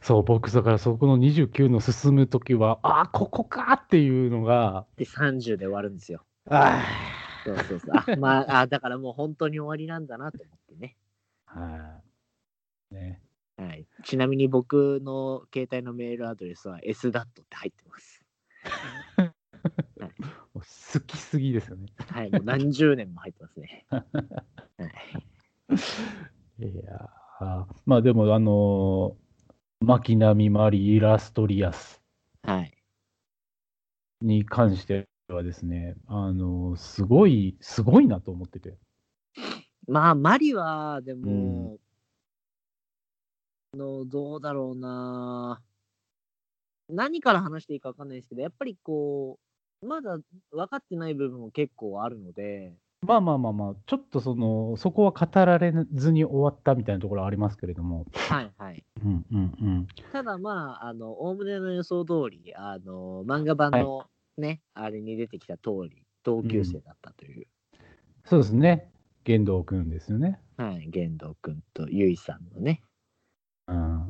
そう、僕、だからそこの29の進む時は、ああ、ここかっていうのが、
で、30で終わるんですよ。
あ
そうそうそう。あ、まあ、あだからもう本当に終わりなんだなと思ってね。
あ。はい。ね。
はい、ちなみに僕の携帯のメールアドレスは s ダットって入ってます。
もう好きすぎですよね。
はい、もう何十年も入ってますね。はい、
いやーまあでも、あのー、牧波マリイラストリアス
はい、
に関してはですね、あのーすごい、すごいなと思ってて。
まあ、マリは、でも、あのどうだろうな。何から話していいか分かんないですけど、やっぱりこう、まだ分かってない部分も結構あるので、
まあまあまあまあ、ちょっとその、そこは語られずに終わったみたいなところはありますけれども、
はいはい。
うんうんうん。
ただまあ、あの、おおむねの予想通り、あの、漫画版のね、あれに出てきた通り、同級生だったという、
そうですね、玄道くんですよね。
はい、玄道くんとゆいさんのね。
うん
はい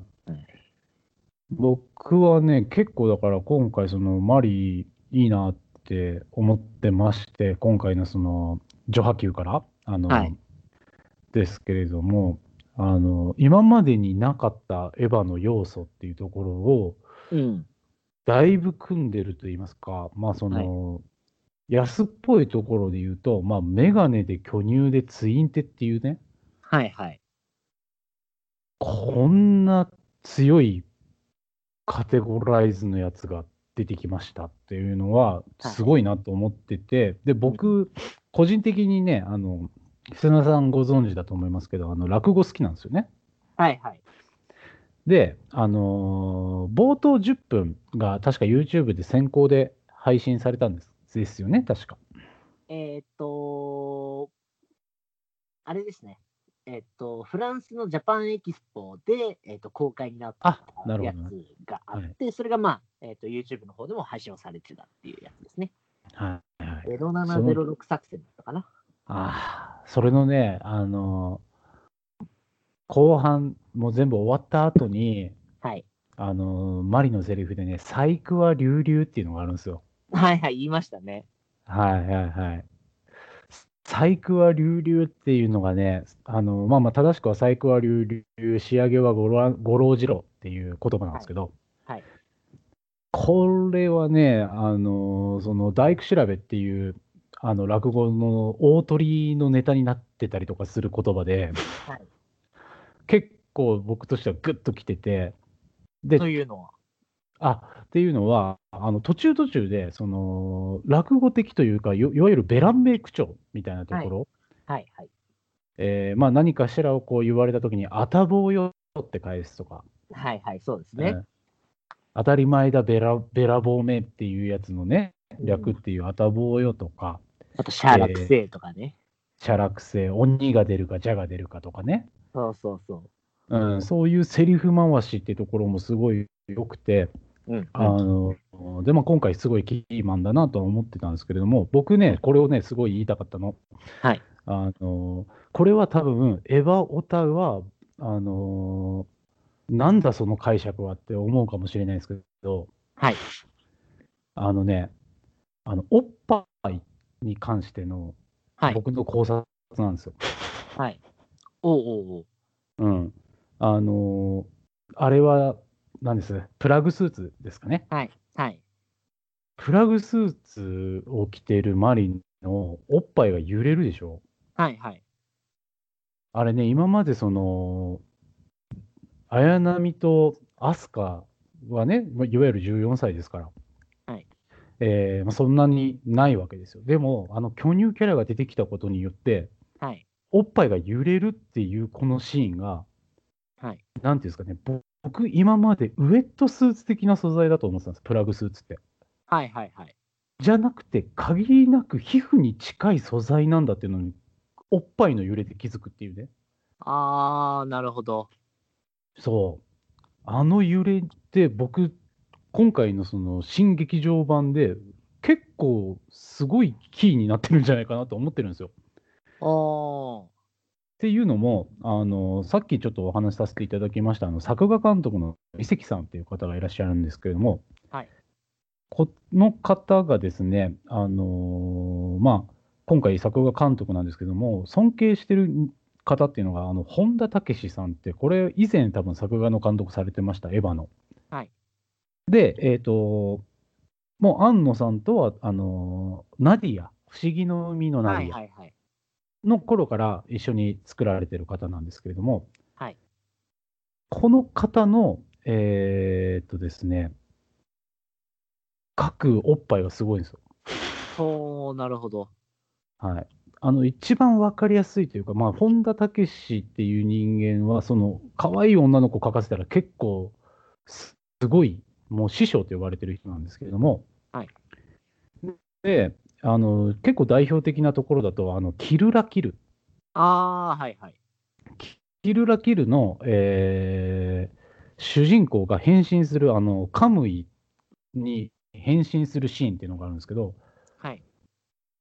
僕はね、結構だから今回、そのマリーいいなって思ってまして、今回のその序波球から、あの、
はい
ですけれども、あの、今までになかったエヴァの要素っていうところを、
うん。
だいぶ組んでると言いますか、まあその、安っぽいところで言うと、まあ、メガネで巨乳でツインテっていうね、
はいはい。
こんな強いカテゴライズのやつが出てきましたっていうのは
はい
すごいなと思ってて、で僕個人的にねあの瀬名さんご存知だと思いますけどあの落語好きなんですよね。
はいはい。
で、あのー冒頭10分が確か YouTube で先行で配信されたんですですよね確か。
えーっと、あれですね。えーっと、フランスのジャパンエキスポで、えーっと公開になった
あなるほ
や
どね。
つがあって、それがまあ、えーっと、YouTube の方でも配信をされてたっていうやつですね。
はいはい、
0706作戦だったかな。
ああ、それのね、あの後半、もう全部終わった後に、
はい。
あのマリのセリフでね、細工は流々っていうのがあるんですよ。
はいはい、言いましたね。
はいはいはい。細工は流々っていうのがね、あのまあまあ正しくは細工は流々、仕上げは五郎五郎次郎っていう言葉なんですけど、
はいはい
これはね、あのその大工調べっていうあの落語の大鳥のネタになってたりとかする言葉で、
はい
結構僕としてはグッときてて、で
というのは。
あっていうのはあの途中途中でその落語的というかいいわゆるベランメイク調みたいなところ、
はいはい。
えーまあ、何かしらをこう言われた時に「あたぼうよ」って返すとか、
はいはい、そうです
え
ね
ー。当たり前だべらべらぼうめ」っていうやつのね略っ
うん
ていう「あたぼうよ」とか
あと、シャーラクセイとかね。
「写楽性」「鬼が出るか蛇が出るか」とかね、
そうそうそ
うん、そういうセリフ回しってところもすごい良くて、
う。うん。
あのでまあ、今回すごいキーマンだなとは思ってたんですけれども僕ねこれをねすごい言いたかったの,、
はい、
あのこれは多分エヴァオタはあのなんだその解釈はって思うかもしれないですけど
はい。
あのねあのおっぱいに関しての
はい
僕の考察なんですよ。
はい。おうおうおう。
うん、あのあれは何ですプラグスーツですかね。
はい。はい。
プラグスーツを着ているマリンのおっぱいが揺れるでしょ
はいはい。
あれね、今までその、綾波とアスカはね、まあいわゆる14歳ですから、
はい
えーまあ、そんなにないわけですよ。でも、あの巨乳キャラが出てきたことによって、
はい。
おっぱいが揺れるっていうこのシーンが、
はい。
なんていうんですかね、ぼ僕、今までウエットスーツ的な素材だと思ってたんです、プラグスーツって。
はいはいはい。
じゃなくて、限りなく皮膚に近い素材なんだっていうのに、おっぱいの揺れで気づくっていうね。
あー、なるほど。
そう。あの揺れって、僕、今回のその新劇場版で、結構すごいキーになってるんじゃないかなと思ってるんですよ。
お
っていうのもあの、さっきちょっとお話しさせていただきましたあの作画監督の伊関さんという方がいらっしゃるんですけれども、
はい
この方がですね、あのーまあ、今回、作画監督なんですけども、尊敬してる方っていうのが、あの本田武史さんって、これ、以前、多分作画の監督されてました、エヴァの。
はい
で、えっ、と、もう庵野さんとは、あのーナディア、不思議の海の
ー。
ナディア。
はいはいはい。
の頃から一緒に作られてる方なんですけれども、
はい
この方の、えーっとですね、各おっぱいがすごいんですよ。
おー、なるほど。
はい、あの一番わかりやすいというか、まあ、本田武史っていう人間は、その可愛い女の子描かせたら結構すすごい、もう師匠と呼ばれてる人なんですけれども、
はい、
であの結構代表的なところだと、あのキルラキル。
あー、はいはい。
キルラキルの、えー主人公が変身するあのカムイに変身するシーンっていうのがあるんですけど
はい。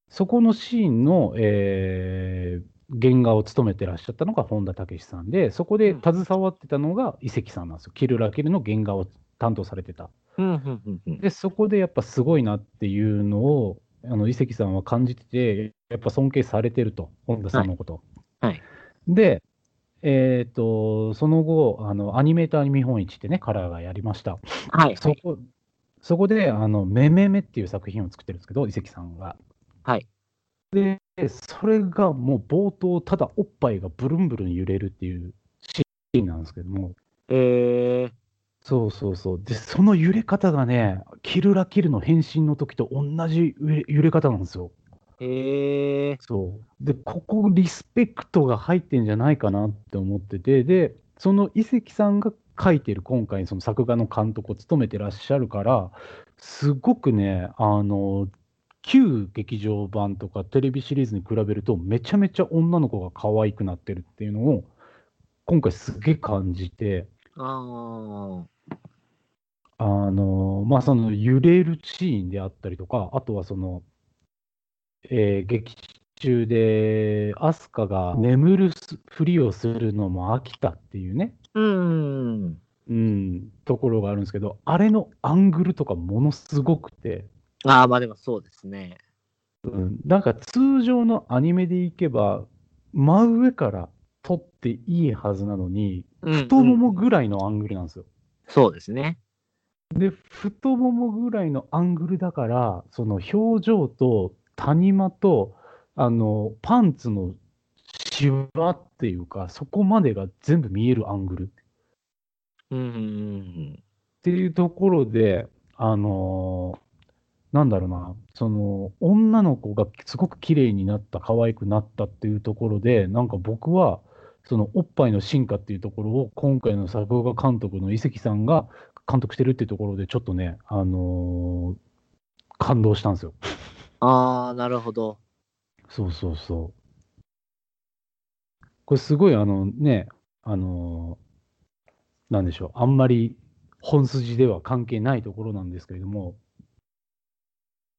そこのシーンの、えー原画を務めてらっしゃったのが本田武史さんでそこで携わってたのが伊関さんなんですよ、キルラキルの原画を担当されてた
うんうんうんうん。
でそこでやっぱすごいなっていうのをあの伊関さんは感じててやっぱ尊敬されてると本田さんのこと。
はいはい
で、えー、とその後あのアニメーター日本一ってねカラーがやりました
はい。
そこそこであの「めめめ」っていう作品を作ってるんですけど伊関さんが。
はい
でそれがもう冒頭ただおっぱいがブルンブルン揺れるっていうシーンなんですけども。
えー、
そうそうそう。で、その揺れ方がね、キルラキルの変身の時と同じ揺れ揺れ方なんですよ。
えー、
そう。で、ここ、リスペクトが入ってんじゃないかなって思ってて、で、その伊関さんが書いてる、今回、その作画の監督を務めてらっしゃるから、すごくね、あの、旧劇場版とかテレビシリーズに比べると、めちゃめちゃ女の子が可愛くなってるっていうのを、今回すげえ感じて、
あー。
あのまあその揺れるシーンであったりとか、あとはその、えー劇中でアスカが眠るすふりをするのも飽きたっていうね、
うーん。
うん、ところがあるんですけど、あれのアングルとかものすごくて、
ああ、まあでもそうですね。
うん、なんか通常のアニメでいけば、真上から撮っていいはずなのに、
うん
太ももぐらいのアングルなんですよ。
そうですね。
で太ももぐらいのアングルだからその表情と谷間とあのパンツのシワっていうかそこまでが全部見えるアングルっ
うんうんうん
ていうところであのーなんだろうなその女の子がすごく綺麗になった可愛くなったっていうところでなんか僕はそのおっぱいの進化っていうところを今回の作画監督の伊関さんが監督してるっていうところでちょっとね、あのー感動したんですよ。
うん。ああ、なるほど。
そうそうそう。これすごいあのね、あのーなんでしょう、あんまり本筋では関係ないところなんですけれども、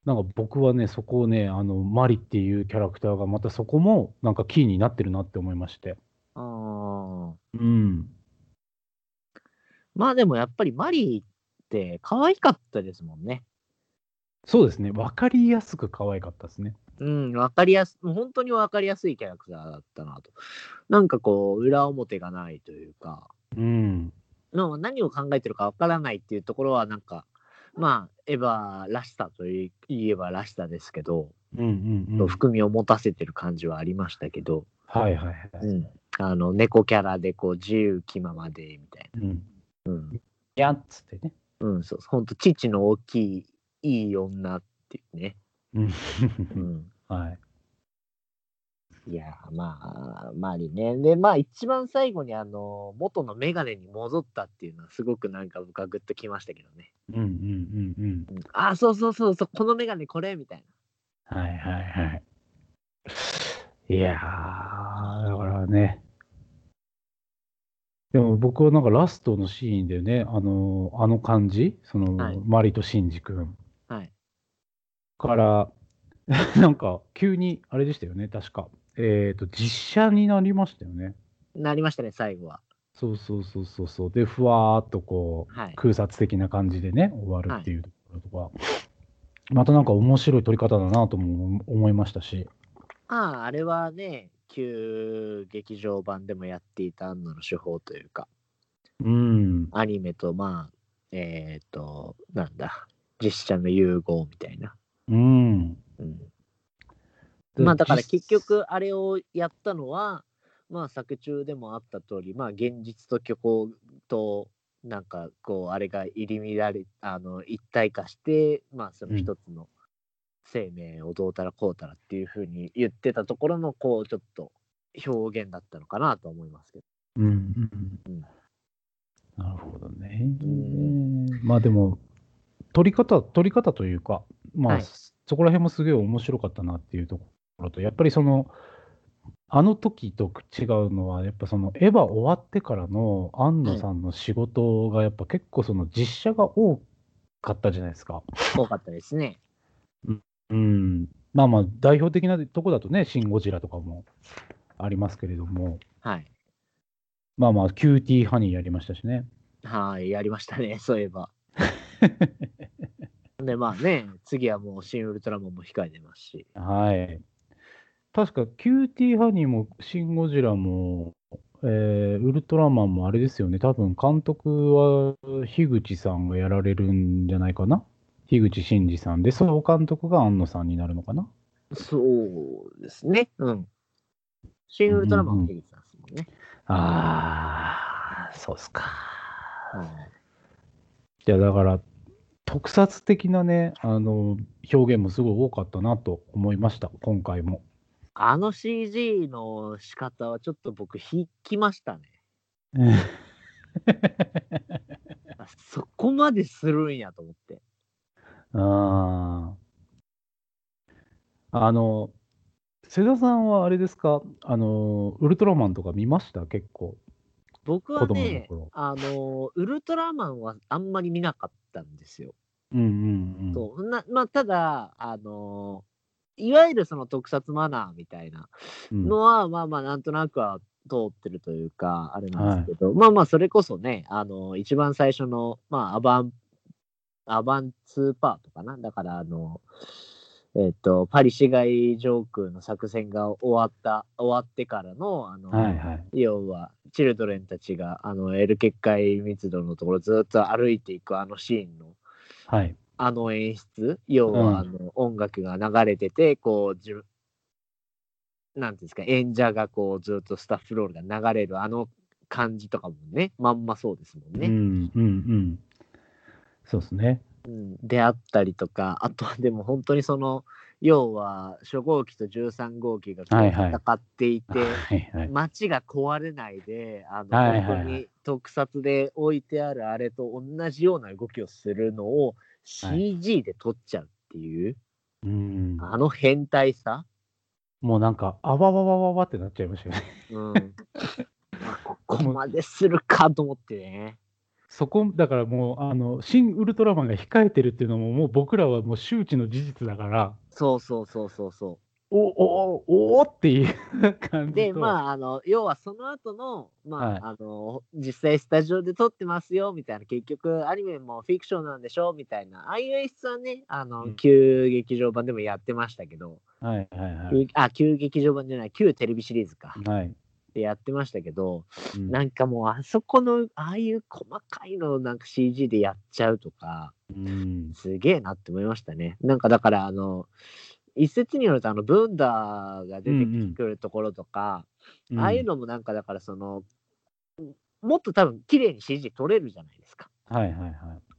なんか僕はね、そこをね、あの、マリっていうキャラクターがまたそこもなんかキーになってるなって思いまして。
あー
うん。
まあでもやっぱりマリーって可愛かったですもんね。
そうですね、わかりやすく可愛かったですね。
うん、わかりやす、もう本当にわかりやすいキャラクターだったなと。なんかこう、裏表がないというか、
うん。
まあ何を考えてるかわからないっていうところは、なんか、まあ、エヴァらしさとい言えばらしさですけど、
うんうんうん。
含みを持たせてる感じはありましたけど、
はいはいはい。
うん、あの猫キャラでこう自由気ままでみたい
うん。
な、うん
じゃんっつってね。
うん、そうほんと父の大きいいい女っていうね、
うん。
うん、
はい。
いやー、まあ、まあね。で、まあ、一番最後に、あの、元のメガネに戻ったっていうのは、すごくなんか僕はグッときましたけどね。
うんうんうんうん。
うんあー、そうそうそうそう、このメガネこれみたい
はいはいはい。いやー、だからね。でも僕はなんかラストのシーンでね、あのあの感じ、その、
はい
マリとシンジ君
な。はい。
から、 なんか急にあれでしたよね、確か。えっ、と、実写になりましたよね。
なりましたね、最後は。
そうそうそうそうそう。で、ふわーっとこう、
はい
空撮的な感じでね、終わるっていうところとか、またなんか面白い撮り方だなとも思いましたし。
ああ、あれはね、旧劇場版でもやっていたアンナの手法というか、
うん。
アニメと、まあ、えっ、と、なんだ、実写の融合みたいな。
うん。
うん、
で
まあだから
実
結局あれをやったのはまあ作中でもあった通りまあ現実と虚構となんかこうあれが入り乱れあの一体化してまあその一つの生命をどうたらこうたらっていうふうに言ってたところのこうちょっと表現だったのかなと思いますけど
うんうん
うん
なるほどね。まあでも、撮り方、撮り方というか、まあ、
はい
そこら辺もすげえ面白かったなっていうところと、やっぱりその、あの時と違うのは、やっぱその、エヴァ終わってからの庵野さんの仕事が、やっぱ結構その実写が多かったじゃないですか。
多かったですね。
うん。まあまあ、代表的なとこだとね、シン・ゴジラとかもありますけれども、
はい。
まあまあ、キューティー・ハニーやりましたしね。
はい、やりましたね、 そういえ ば。で、まあね、次はもう、新ウルトラマンも控えてますし。
はい。確か、キューティーハニーも、シン・ゴジラも、えーウルトラマンもあれですよね、多分監督は樋口さんがやられるんじゃないかな。樋口真嗣さんで、総監督が庵野さんになるのかな。
そうですね。うん。新ウルトラマンは樋口さんですもんね。
ああ、そうっすか。
はい
いや、だから、特撮的なね、あの、表現もすごい多かったなと思いました、今回 も。
あの CG の仕方はちょっと僕、引きましたね。あそこまでするんやと思って。
ああ。あの、瀬田さんはあれですか、あの、ウルトラマンとか見ました結構。
僕はね
子供の頃、
あの、ウルトラマンはあんまり見なかったんですよ。
うんうんうん。
そうなまあ、ただ、あのいわゆるその特撮マナーみたいな
うん
のは、まあまあ、なんとなくは通ってるというか、あれなんですけど、まあまあ、それこそね、あの、一番最初の、まあ、アバン、アバン2パートかな。だから、あの、えっ、と、パリ市街上空の作戦が終わった、終わってからの、あの、
はいはい。
要は、チルドレンたちが、あの、エル結界密度のところずっと歩いていくあのシーンの、
はい。
あの演出
う
要
ん
はあの音楽が流れてて、こう自分なんていうんですか演者がこうずっとスタッフロールが流れるあの感じとかもねまんまそうですもん
う
ね。
んうんうん。そうですね。
うん、であったりとかあとはでも本当にその要は初号機と13号機がこう
はいはい
戦っていて。
はいはい。
街が壊れないで、あの、
はいはいはい
本当に特撮で置いてあるあれと同じような動きをするのを
はい
CG で撮っちゃうっていう、
うん。
あの変態さ。
もうなんか、あわわわわわってなっちゃいましたよね。
うん。まあここまでするかと思ってね。
そこ、だからもう、あの、新ウルトラマンが控えてるっていうのも、もう僕らはもう周知の事実だから、
そうそうそうそうそ
おおおおっていう感
う。
じ
で、
と
まあ、あの、要はその後の、まあ、
はい
あの、実際スタジオで撮ってますよ、みたいな、結局アニメもフィクションなんでしょ、みたいな、ああいう演出はね、あ
う
の、
ん
旧劇場版でもやってましたけど、
はいはいは
旧あ、旧劇場版じゃない、旧テレビシリーズか、
い。はい。
でやってましたけど、
うん
なんかもう、あそこの、ああいう細かいのをなんか CG でやっちゃうとか、
うん
すげえなって思いましたね。なんかだから、あの、一説によると、あの、ブンダーが出てくるところとか、ああいうのもなんかだから、その、もっと多分、綺麗に CG 取れるじゃないですか。
はいはいは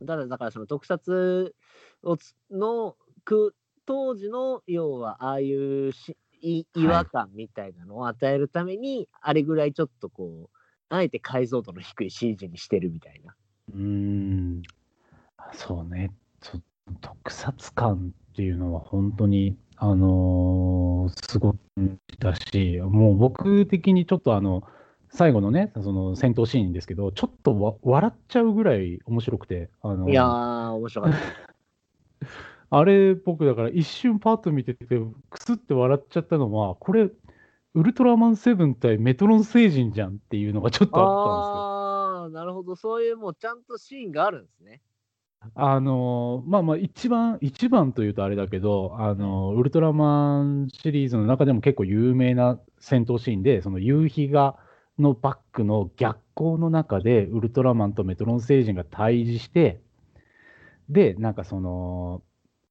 い。
ただ、だからその特撮をつの、く当時の、要は、ああいうしい
はい
違和感みたいなのを与えるために、あれぐらいちょっとこうあえて解像度の低い CG にしてるみたいな
うーんそうねそ特撮感っていうのは本当にあのーすごくだしもう僕的にちょっとあの最後のねその戦闘シーンですけどちょっとわ笑っちゃうぐらい面白くてあの
いやー面白かった
あれ僕だから一瞬パッと見ててクスって笑っちゃったのはこれウルトラマンセブン対メトロン星人じゃんっていうのがちょっとあったんですよ。
ああーなるほどそういうもうちゃんとシーンがあるんですね
あのーまあまあ一番一番というとあれだけど、あのーウルトラマンシリーズの中でも結構有名な戦闘シーンでその夕日がのバックの逆光の中でウルトラマンとメトロン星人が対峙してでなんかその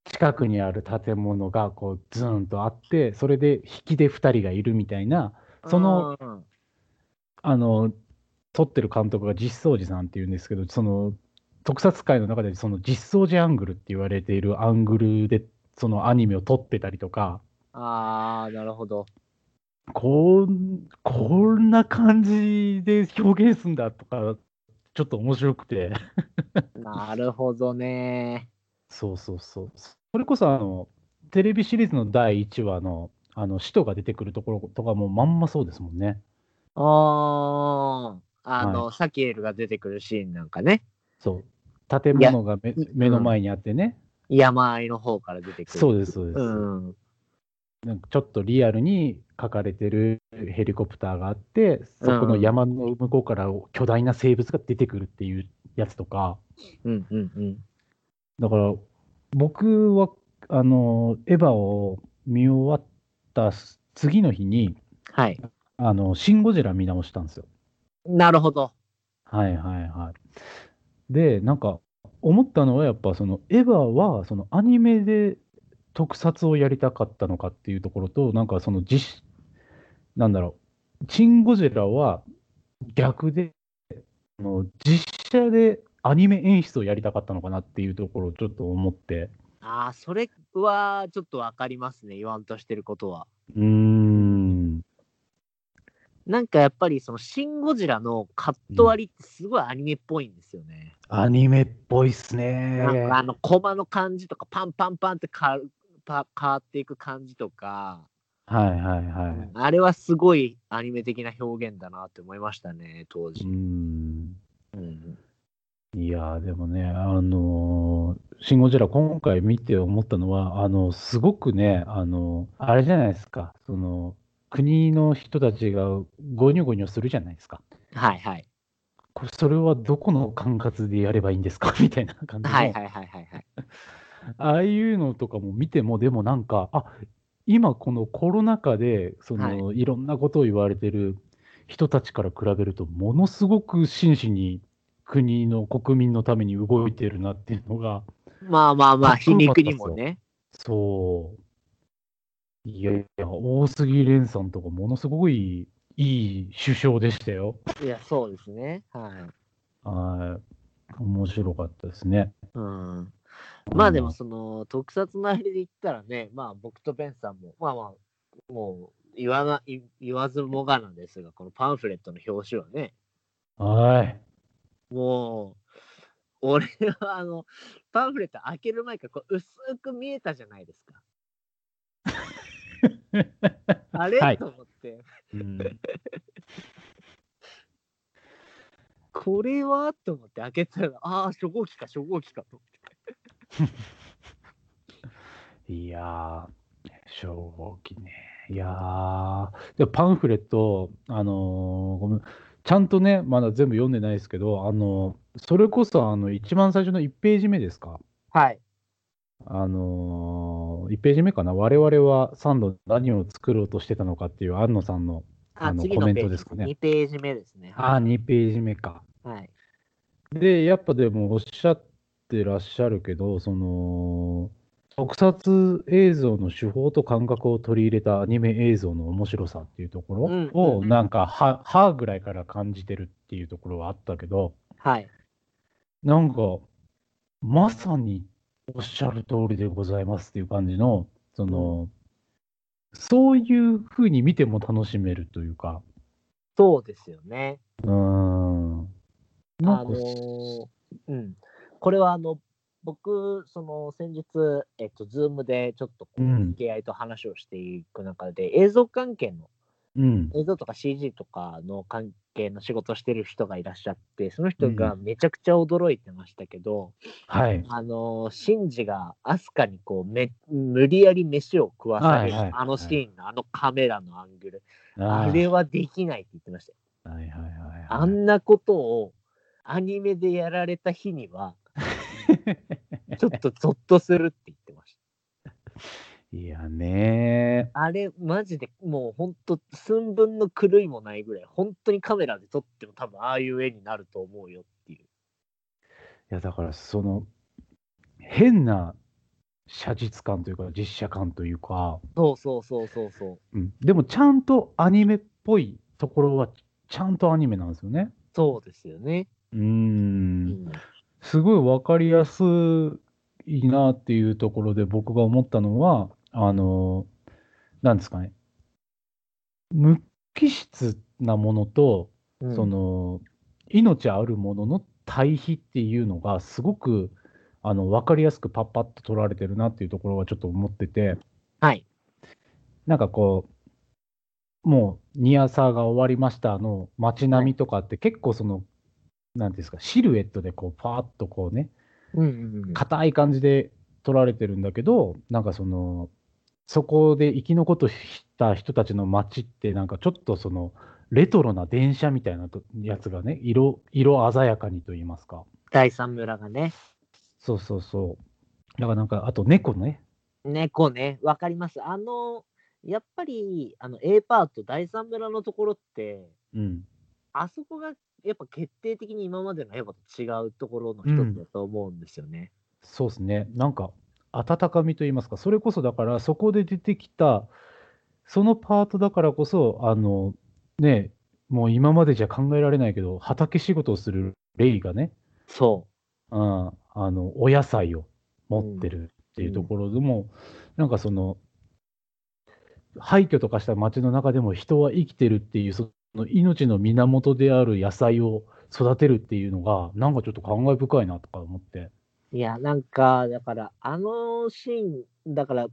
近くにある建物がこうズーンとあってそれで引きで2人がいるみたいなその
うん
あの撮ってる監督が実相寺さんっていうんですけどその特撮界の中でその実相寺アングルって言われているアングルでそのアニメを撮ってたりとか
ああなるほど
こんこんな感じで表現すんだとかちょっと面白くて
なるほどね
そうそうそうそれこそあのテレビシリーズの第1話のあの使徒が出てくるところとかもまんまそうですもんね
あああの、サキエルが出てくるシーンなんかね
そう建物がめ
いや
目の前にあってね、
山あいの方から出てくる
そうですそうです、
うん
なんかちょっとリアルに書かれてるヘリコプターがあって、そこの山の向こうから巨大な生物が出てくるっていうやつとか、
うんうんうん
だから僕はあのエヴァを見終わった次の日に、
はい
あのシン・ゴジラ見直したんですよ。
なるほど
はいはいはい。で、なんか思ったのはやっぱそのエヴァはそのアニメで特撮をやりたかったのかっていうところと、なんかその実、なんだろう、チン・ゴジラは逆で、あの実写でアニメ演出をやりたかったのかなっていうところをちょっと思って、
ああそれはちょっとわかりますね言わんとしてることは
うーん、
なんかやっぱりその「シン・ゴジラ」のカット割りってすごいアニメっぽいんですよね、
アニメっぽいっす
なん
ね
か。あのコマの感じとかパンパンパンって変わるパ変わっていく感じとか、
はいはいはい。
あれはすごいアニメ的な表現だなって思いましたね当
うー
時、
ん
うん
いやーでもね、あのーシン・ゴジラ、今回見て思ったのは、あのすごくね、あのあれじゃないですか、その国の人たちがゴニョゴニョするじゃないですか、
はいはい
これそれはどこの管轄でやればいいんですか みたいな感じの、
はいはいはいはいはい
ああいうのとかも見ても、でもなんか、あ今、このコロナ禍でその、い、ろんなことを言われてる人たちから比べると、ものすごく真摯に国の国民のために動いてるなっていうのが。
まあまあまあ
かっこ
皮
よかったっ
肉
すよ
にもね
そう。いやいや、大杉蓮さんとかものすごいいい首相でしたよ。
いやそうですねはい
はい。面白かったですね。
うんまあでもその特撮のあれで言ったらね、まあ僕とベンさんも、まあまあ、もう言わない言わずもがなですが、このパンフレットの表紙はね、
はい。
もう、俺はあの、パンフレット開ける前からこう薄く見えたじゃないです か。あれ、
はい
と思って、
うん、
これはと思って開けたら、ああ、初号機か、初号機かと思って。
いやー、正直ね。いやー、でパンフレット、あのーごめん、ちゃんとね、まだ全部読んでないですけど、あのーそれこそあの一番最初の1ページ目ですか。
はい。
あのー、1ページ目かな、我々は3度何を作ろうとしてたのかっていう安野さんの、
あ、
あの
次
コ
の
メン
ペ
ト
ージ
ですかね
2ページ目ですね。
ああ、2ページ目か。
はい。
で、やっぱでもおっしゃってらっしゃるけど、その、特撮映像の手法と感覚を取り入れたアニメ映像の面白さっていうところ
うんうん
を、
うん
なんか、は、はぐらいから感じてるっていうところはあったけど、
はい。
なんか、まさにおっしゃる通りでございますっていう感じの、その、そういうふうに見ても楽しめるというか、
そうですよね。
うーん。な
あ
ん
の
か、
ーうん、これはあの僕、その先日、えっと、ズームでちょっとこう
うん
付き合いと話をしていく中で、映像関係の、
うん。
映像とか CG とかの関係の仕事をしてる人がいらっしゃって、その人がめちゃくちゃ驚いてましたけど、
はい。
あのーシンジがアスカにこうめ無理やり飯を食わされる、
はいはい
あのシーンの、あのカメラのアングル、
ー
あれはできないって言ってましたよ
はいはいはいはい。
あんなことをアニメでやられた日 には、ちょっとゾッとするって言ってまし
いやね
た。あれ、マジでもう本当、寸分の狂いもないぐらい、本当にカメラで撮っても多分ああいう絵になると思うよっていう。
いやだからその変な写実感というか実写感というか、
そうそうそうそうそう。
うん、でもちゃんとアニメっぽいところはちゃんとアニメなんですよね。
そうですよね。
うー
うんん、
すごい分かりやすいなっていうところで僕が思ったのはあのなんですかね無機質なものと
うん
その命あるものの対比っていうのがすごくあの分かりやすくパッパッと取られてるなっていうところはちょっと思ってて
はい。
なんかこうもう「ニアサーが終わりました」の街並みとかって結構その何ていうんですかシルエットでこうパーッとこうね
うんうんうん
硬い感じで取られてるんだけどなんかそのそこで生き残った人たちの街ってなんかちょっとそのレトロな電車みたいなとやつがね色色鮮やかにと言いますか
第三村がね、
そうそうそうだからなんかあと猫ね
猫ね、わかります。あの、やっぱり、あの A パート、第三村のところって、
うん
あそこがやっぱ決定的に今までのエヴァと違うところの一つだと思うんですよね。
そうですねなんか温かみと言いますかそれこそだからそこで出てきたそのパートだからこそあのねもう今までじゃ考えられないけど畑仕事をするレイがね
そ
うん、あのお野菜を持ってるっていうところでも、なんかその廃墟とかした町の中でも人は生きてるっていうその命の源である野菜を育てるっていうのがなんかちょっと感慨深いなとか思って
う。いや、なんか、だから、あのシーン、だから、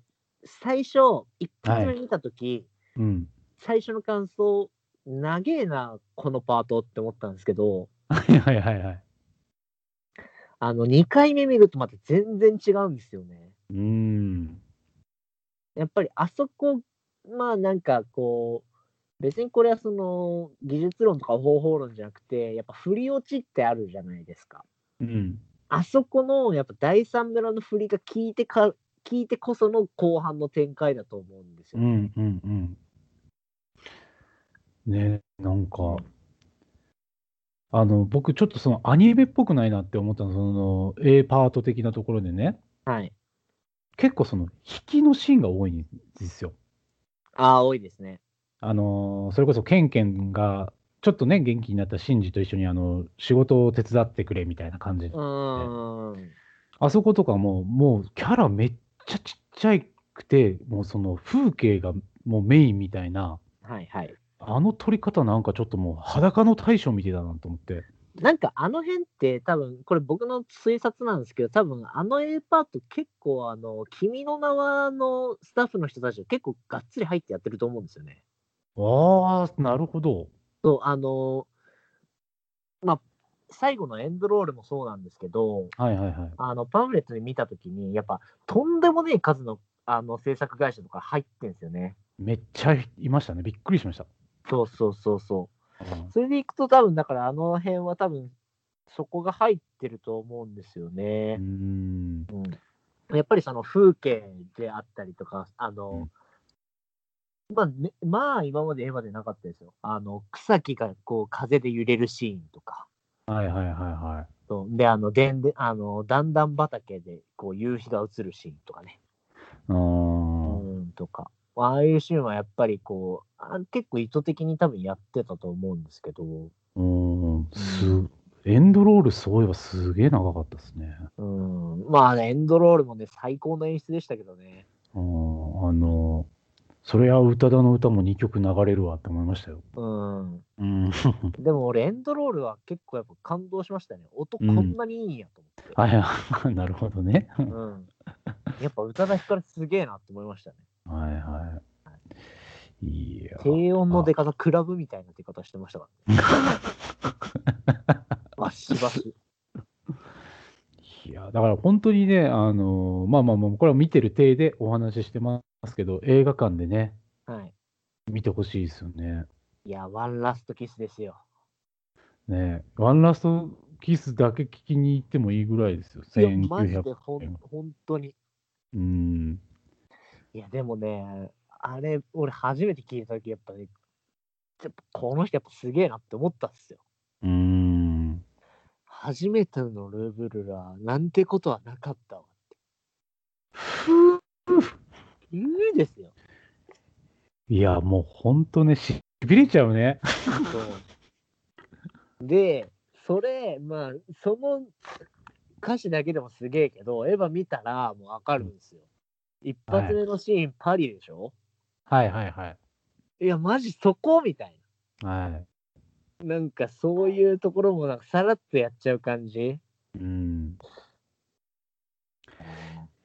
最初、一発目見たとき、
うん
最初の感想、長えな、このパートって思ったんですけど、
はいはいはいはい
あの、2回目見るとまた全然違うんですよね。
うーん
やっぱり、あそこ、まあ、なんかこう、別にこれはその、技術論とか方法論じゃなくて、やっぱ振り落ちってあるじゃないですか。
うん
あそこのやっぱ第三村の振りが効いてか効いてこその後半の展開だと思うんです
う
よ。
んうんうんねなんかあの僕ちょっとそのアニメっぽくないなって思ったのその A パート的なところでね
はい。
結構その引きのシーンが多いんですよ。
ああ、多いですね。
あのーそれこそケンケンがちょっとね元気になったシンジと一緒にあの仕事を手伝ってくれみたいな感じ
うーん。
あそことかももうキャラめっちゃちっちゃくてもうその風景がもうメインみたいな
はいはい。
あの撮り方なんかちょっともう裸の大将見てたなと思って
なんかあの辺って多分、これ僕の推察なんですけど、多分あの A パート結構あの、君の名はのスタッフの人たちが結構がっつり入ってやってると思うんですよね。
ああなるほど
そう、あの、まあ、最後のエンドロールもそうなんですけど、
はいはいはい
あのパンフレットで見たときに、やっぱとんでもねえ数のあの制作会社とか入ってんですよね。
めっちゃいましたねびっくりしました。
そうそうそうそ
うん
う。それでいくと、多分だからあの辺は多分そこが入ってると思うんですよ
うー
ね。
ん
やっぱりその風景であったりとか、あの、まあね、まあ今までエヴァでなかったですよ。あの草木がこう風で揺れるシーンとか。
はいはいはいはい。
そうで、あの、でんで、あの、だんだん畑で、こう、夕日が映るシーンとかね。
うーん
うんとか、ああいうシーンはやっぱりこう、あ結構意図的に多分やってたと思うんですけど、
うーん、
う
す、エンドロールそういえばすげえ長かったですね。
うん、まあね、エンドロールもね、最高の演出でしたけどね。
うん、あの、それは宇多田の歌も2曲流れるわって思いましたよ。
うん。
うん。
でも俺、エンドロールは結構やっぱ感動しましたね。音こ
うん
んなにいいんやと思って。
あ、い や、なるほどね。
うん。やっぱ宇多田ヒカルすげえなって思いましたね。
はいはい。いや。
低音の出方、クラブみたいな出方してました からね。バシバシ。
いや、だから本当にね、あのまあまあまあ、これは見てる体でお話ししてますけど、映画館でね、
はい。
見てほしいですよね。
いや、ワンラストキスですよ。
ねワンラストキスだけ聞きに行ってもいいぐらいですよ。
いや、マジ
1900。
でほん本当に。
うん。
いや、でもね、あれ、俺初めて聞いたとき、やっぱね、やっぱこの人やっぱすげえなって思ったんですよ。
うん。
初めてのルーブルラー、なんてことはなかったわって。ふぅふぅですよ。
いや、もう本当ね、しびれちゃうね。
そうで、それ、まあ、その歌詞だけでもすげえけど、エヴァ見たらもうわかるんですよ。一発目のシーン、パリでしょ
はいはいはい。
いや、マジそこみたい
は
な。なんかそういうところもなんかさらっとやっちゃう感じ
い。うん。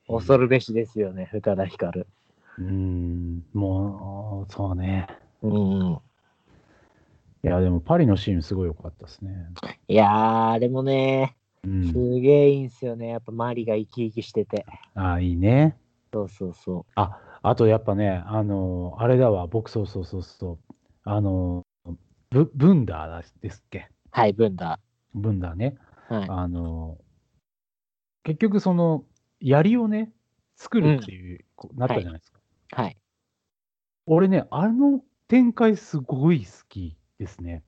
恐るべしですよね、宇多田ヒカル。
うん。もう、そうね。
うん。
いや、でもパリのシーンすごい良かったですね。
いやー、あれもね、
うん
す。げえいいんすよね。やっぱマリが生き生きしてて。
ああ、いいね。
そうそうそ
あとやっぱね、あのーあれだわ、僕そうそうそうそう、あのーブ、ブンダーですっけ、
う。はい、ブンダ。
ブンダーね。
はい。
あのー結局その、槍をね、作るっていう、こうなったじゃないですか。
はい。
俺ね、あの展開すごい好きですね。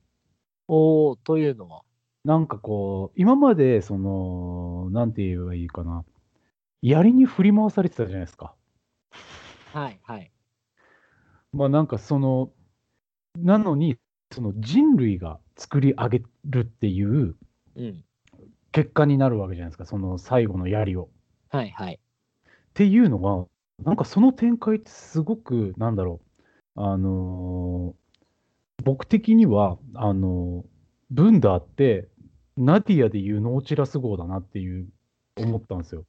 おー、というのは。
なんかこう、今まで、その、なんて言えばいいかな、槍に振り回されてたじゃないですか。
はい、はい。
まあなんかそのなのにその人類が作り上げるっていう
うん。
結果になるわけじゃないですかその最後の槍を。
はい、はい。
っていうのがなんかその展開ってすごくなんだろうあのー僕的にはあのーブンダーってナディアでいうノーチラス号だなっていう思ったんですよ。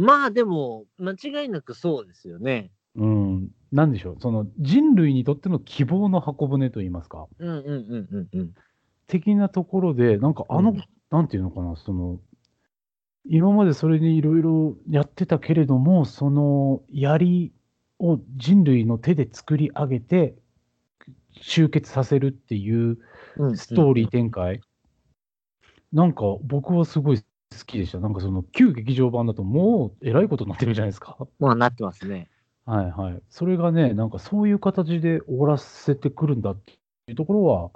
まあでも、間違いなくそうですよね。
うん、なんでしょうその人類にとっての希望の箱舟といいますか。
うんうんうんうんうん。
的なところで、なんかあの、
うん
なんていうのかな、その、今までそれにいろいろやってたけれども、その槍を人類の手で作り上げて、集結させるっていう
うん
ストーリー展開、なんか僕はすごい好きでした。なんかその旧劇場版だともうえらいことになってるじゃないですか。
まあなってますね。
はいはい。それがね、なんかそういう形で終わらせてくるんだっていうところは、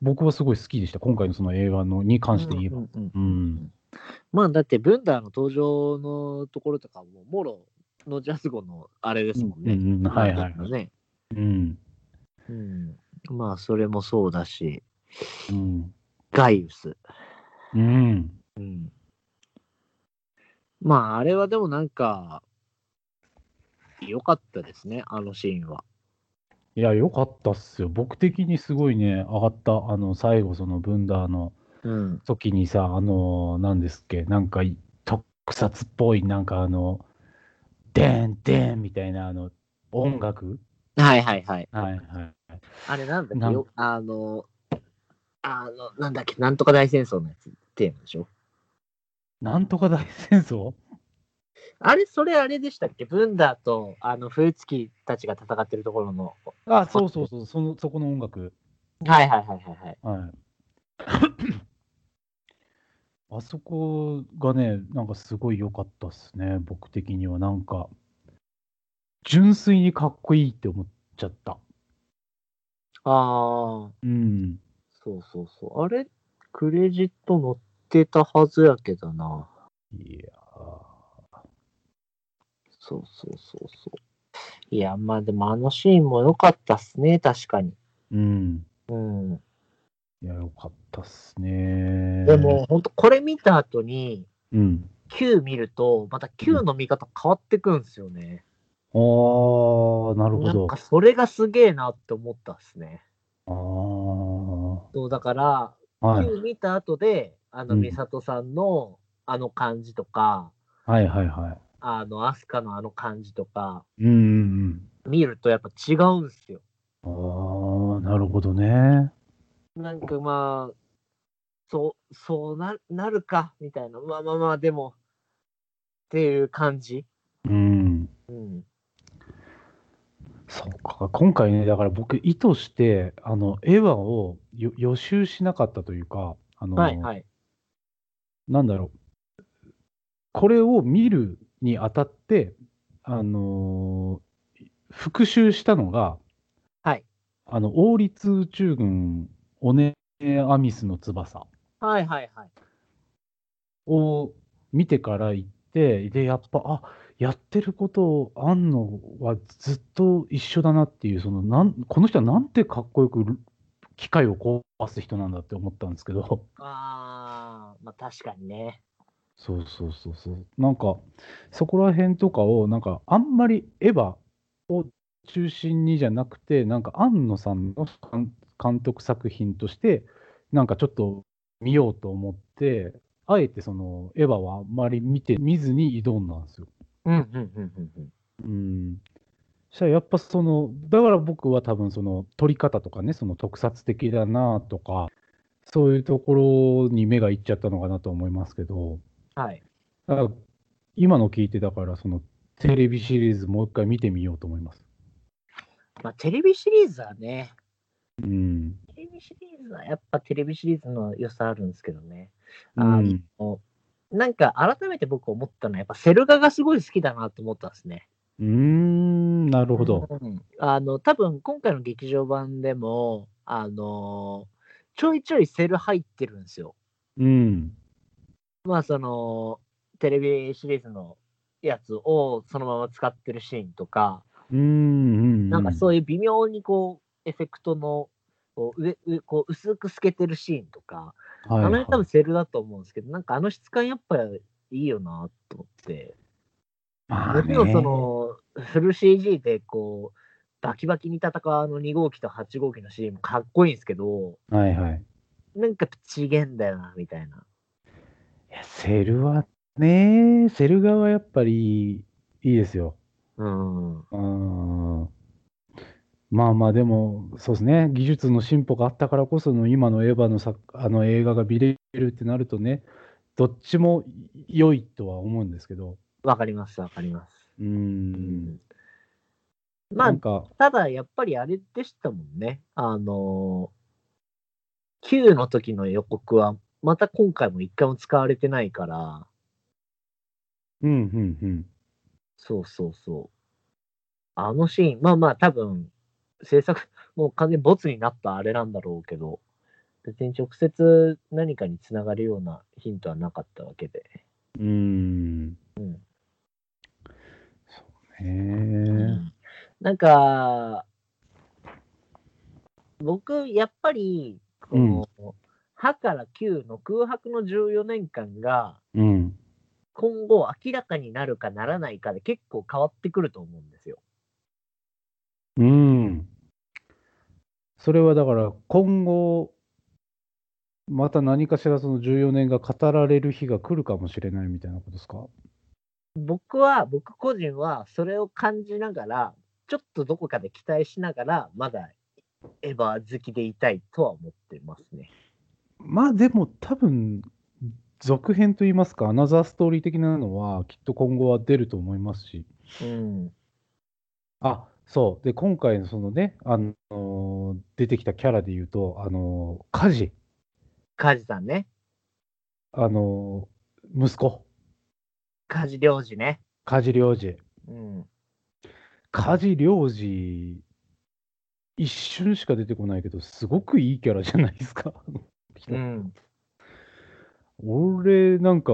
僕はすごい好きでした。今回のその映画のに関して言えば。
うんうんうん
うん。
まあだって、ブンダーの登場のところとかも、もろのジャスゴのあれですもんね。
うんうんうんはいはい
なんだろうね。
うん。
うん。まあそれもそうだし、
うん。
ガイウス。
うん。
うん。まああれはでもなんか、良かったですね、あのシーンは。
いや、良かったっすよ。僕的にすごいね、上がった、あの、最後、その、ブンダーの
うん。
時にさ、あの、なんですっけ、なんか、特撮っぽい、なんか、あの、でんでんみたいな、あの、音楽。
はいはいはい。
はいはい。
あれなんだっ
な
け
ん
よあの、あの、なんだっけ、なんとか大戦争のやつ、テーマでしょ
なんとか大戦争
あれ、それあれでしたっけブンダーと、あの、フーツキーたちが戦ってるところの。
あ、そうそうそう、そのそこの音楽。
はいはいはいはいはい。
はい。 あそこがね、なんかすごい良かったっすね、僕的には。なんか、純粋にかっこいいって思っちゃった。
ああ、
うん。
そうそうそう。あれ、クレジット載ってたはずやけどな。
いや
そうそうそうそう。いや、まあでもあのシーンも良かったっすね、確かに。
ーうん。
うん。
いや、良かったっすね。
でも、、ほんと、これ見た後に、
うん。
Q 見ると、また Q の見方変わってくんですよね。
あー、なるほ
なん
ど。
か
あ
それがすげえなって思ったっすね。
あ
そうだから、
ー、はい
Q 見た後で、あの、
うん
美里さんのあの感じとか、
はいはいは
あの、アスカのあの感じとか、
い。うんうん
見るとやっぱ違うんすよ。
うん。ああ、なるほどね。
なんかまあ、そう、そうななるか、みたいな。まあまあまあ、でも、っていう感じ。
うん。
うん。
そっか。今回ね、だから僕、意図して、あの、エヴァをよ予習しなかったというか、あの、
はいはい。
なんだろう、これを見るにあたって、あのー復習したのが、
はい
あの王立宇宙軍オネアミスの翼
はいはいはい。
を見てから行って、で、やっぱ、あやってることあんのはずっと一緒だなっていう、そのなんこの人はなんてかっこよく機械を壊す人なんだって思ったんですけど。
あー、まあ確かにね。
そうそうそうそう。なんか、そこら辺とかを、なんか、あんまりエヴァを中心にじゃなくて、なんか、庵野さんの監監督作品として、なんかちょっと見ようと思って、あえてその、エヴァはあんまり見て、見ずに挑んだんですよ。
うんうんうんうんうん。
うん。したらやっぱその、だから僕は多分その、撮り方とかね、その特撮的だなとか、そういうところに目がいっちゃったのかなと思いますけど。
はい。
だから今の聞いてだからそのテレビシリーズもう一回見てみようと思います。
まあテレビシリーズはね、
うん。
テレビシリーズはやっぱテレビシリーズの良さあるんですけどね。
う
あ
ん、
の、なんか改めて僕思ったのは、やっぱセルガがすごい好きだなと思ったんですね。
うーんなるほど。
うんあの、多分今回の劇場版でも、あのちょいちょいセル入ってるんですよ。
うん。
まあその、テレビシリーズのやつをそのまま使ってるシーンとか、
うん。うん
なんか
う
そういう微妙にこう、エフェクトの、こう、上、うこう薄く透けてるシーンとか、
ん。はい
あ
はい、
の辺多分セルだと思うんですけど、なんかあの質感やっぱいいよなと思って。
まあ
もち
ね
ろんその、フル CG でこう、バキバキに戦うあの2号機と8号機のシーンもかっこいいんですけど、
はいはい。
なんか違えんだよな、みたいな。
いやセルはね、セル側はやっぱりいいですよ。
うん。
うん。まあまあでも、そうですね、技術の進歩があったからこその今のエヴァの作あの映画が見れるってなるとね、どっちも良いとは思うんですけど、
わかります、わかります。
う、。
うんま
な
あ
ん、か、
ただやっぱりあれでしたもんね。あのー、Q の時の予告は、また今回も一回も使われてないから、
うんうんうん。
そうそうそう。あのシーン、まあまあ多分、制作、 もう完全にボツになったあれなんだろうけど、別に直接何かにつながるようなヒントはなかったわけで。
うーん。
うん
へえ。
なんか、僕、やっぱり、この、歯から9の空白の14年間が、
うん。
今後明らかになるかならないかで結構変わってくると思うんですよ。
うん。それはだから、今後、また何かしらその14年が語られる日が来るかもしれないみたいなことですか
僕は、僕個人は、それを感じながら、ちょっとどこかで期待しながら、まだエヴァ好きでいたいとは思ってますね。
まあでも多分、続編といいますか、アナザーストーリー的なのは、きっと今後は出ると思いますし。
うん。
あ、そう。で、今回のそのね、あのー出てきたキャラで言うと、あのー、カジ、
カジさんね。
あのー息子、
カジ領事ね。
カジ良二。
うん。
梶良二、一瞬しか出てこないけど、すごくいいキャラじゃないですか。 あの人
うん。
俺、なんか、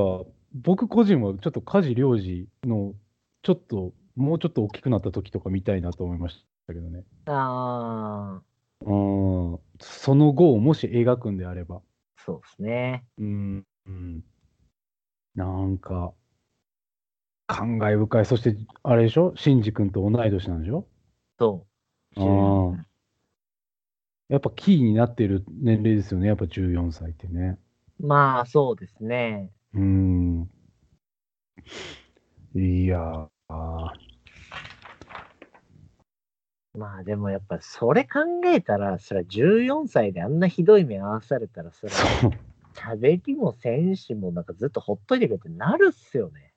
僕個人はちょっと梶良二の、ちょっと、もうちょっと大きくなった時とか見たいなと思いましたけどね。
あ
うん。その後をもし描くんであれば。
ー、そうですね。
うん。うん、なんか、感慨深い。そして、あれでしょシンジ君と同い年なんでしょ
そ
ああ。やっぱキーになっている年齢ですよね。やっぱ14歳ってね。
う。まあ、そうですね。
うーん。いやー。
まあ、でもやっぱ、それ考えたら、そりゃ14歳であんなひどい目合わされたら、そりゃ
そう。
喋りも選手もなんかずっとほっといてくれってなるっすよね。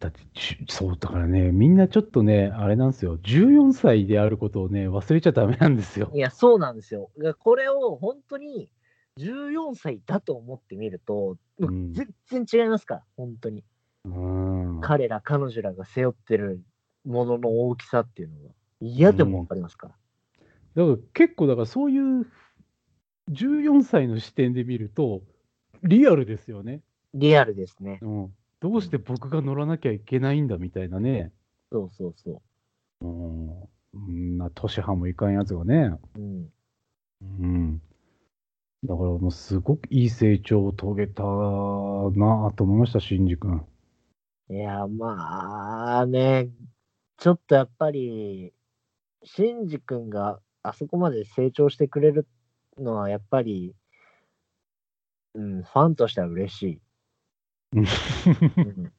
だってじゅ、そう、だからね、みんなちょっとね、あれなんですよ。14歳であることをね、忘れちゃダメなんですよ
い。や、そうなんですよ。だからこれを本当に14歳だと思ってみると、もう
うん
全然違いますから、本当に。
うん。
彼ら、彼女らが背負ってるものの大きさっていうのは、嫌でもわかりますから。
だから結構だからそういう14歳の視点で見るとリアルですよね、
リアルですね。
うん、どうして僕が乗らなきゃいけないんだみたいなね、
そうそうそ
うん、そんな年派もいかんやつがね、
う。うん。
うん、だからもうすごくいい成長を遂げたなぁと思いました新次君
いや、まあね、ちょっとやっぱり、シンジ君があそこまで成長してくれるのは、やっぱり、うん、ファンとしては嬉しい。
うん
うん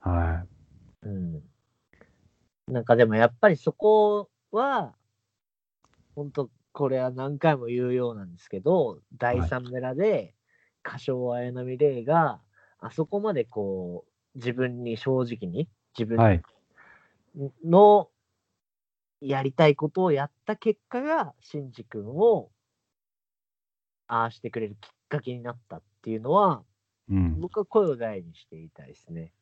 は
うん、なんかでもやっぱりそこは、本当これは何回も言うようなんですけど、第三村で歌唱綾波レイがあそこまでこう自分に正直に自
い
分
はい
のやりたいことをやった結果が、シンジ君をああしてくれるきっかけになったっていうのは、
うん
僕は声を大にしていたいですね。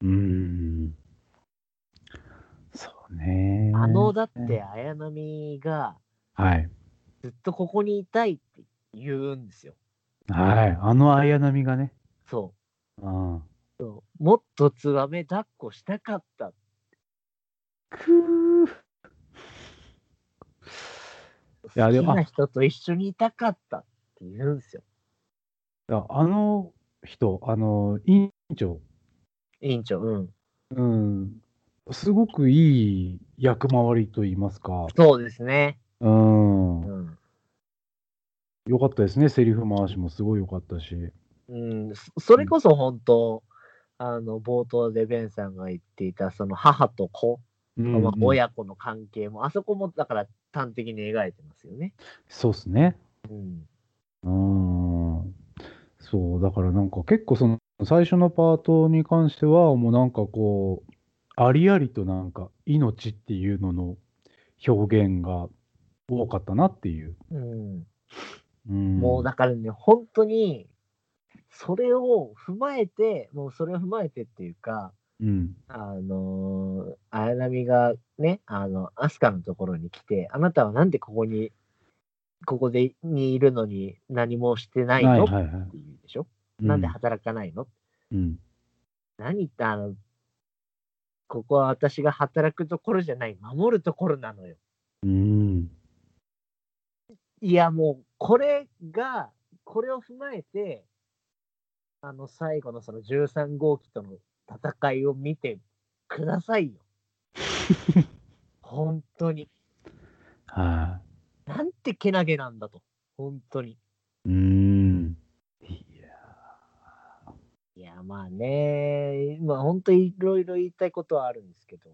うんそうね
あの、だって、綾波が
はい
ずっとここにいたいって言うんですよ。
はいあの綾波がね
そ
うん
う。そうもっとツバメ抱っこしたかった。
くいや
好
で
き
も
な人と一緒にいたかったって言うんですよ。
ああの人、あの、委員長、
委員長、うん。
うん、すごくいい役回りと言いますか、
そうですね。
うん、
うん。
よかったですね、セリフ回しもすごい良かったし、
うん、そそれこそ本当、あの冒頭でベンさんが言っていたその母と子、
うん
まあ親子の関係もあそこもだから端的に描いてますよね。
そうですね、
うん、
うん、そう、だからなんか結構その、最初のパートに関しては、もうなんかこう、ありありとなんか、命っていうのの表現が多かったなっていう。
うん、
うん、
もうだからね本当にそれを踏まえてもうそれを踏まえてっていうか
うん、
あのー綾波がねあのアスカのところに来てあなたはなんでここにここでにいるのに何もしてないの、
はいはいはい
っていうでしょ、なんで働かないの
うん、
何言ったあの、ここは私が働くところじゃない、守るところなのよ。
うん、
いや、もう、これが、これを踏まえて、あの、最後のその13号機との戦いを見てくださいよ。本当に。
は
なんてけなげなんだと。本当に。
い、うん、いや、
いや、まあね、まあ本当いろいろ言いたいことはあるんですけど、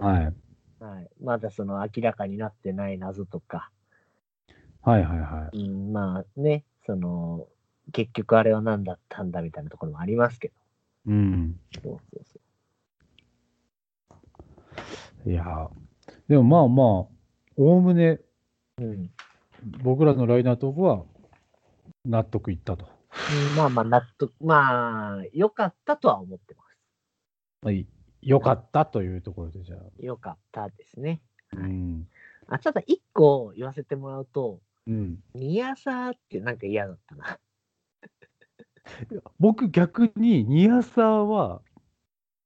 はい、
はい、まだその明らかになってない謎とか、
はいはいは
うん、まあね、その、結局あれは何だったんだみたいなところもありますけ
い、うん、
ど。そうそうそ
いや、でもまあまあ、おおむね
う。うん。
僕らのライナートークは納得いったと。
まあまあ、納得、まあ、良かったとは思ってま
はい、よかったというところでじゃあ、
す。良かったですね。
うん、
あ、ただ一個言わせてもらうと、
うん、
ニアサーってなんか嫌だったな。
僕逆にニアサーは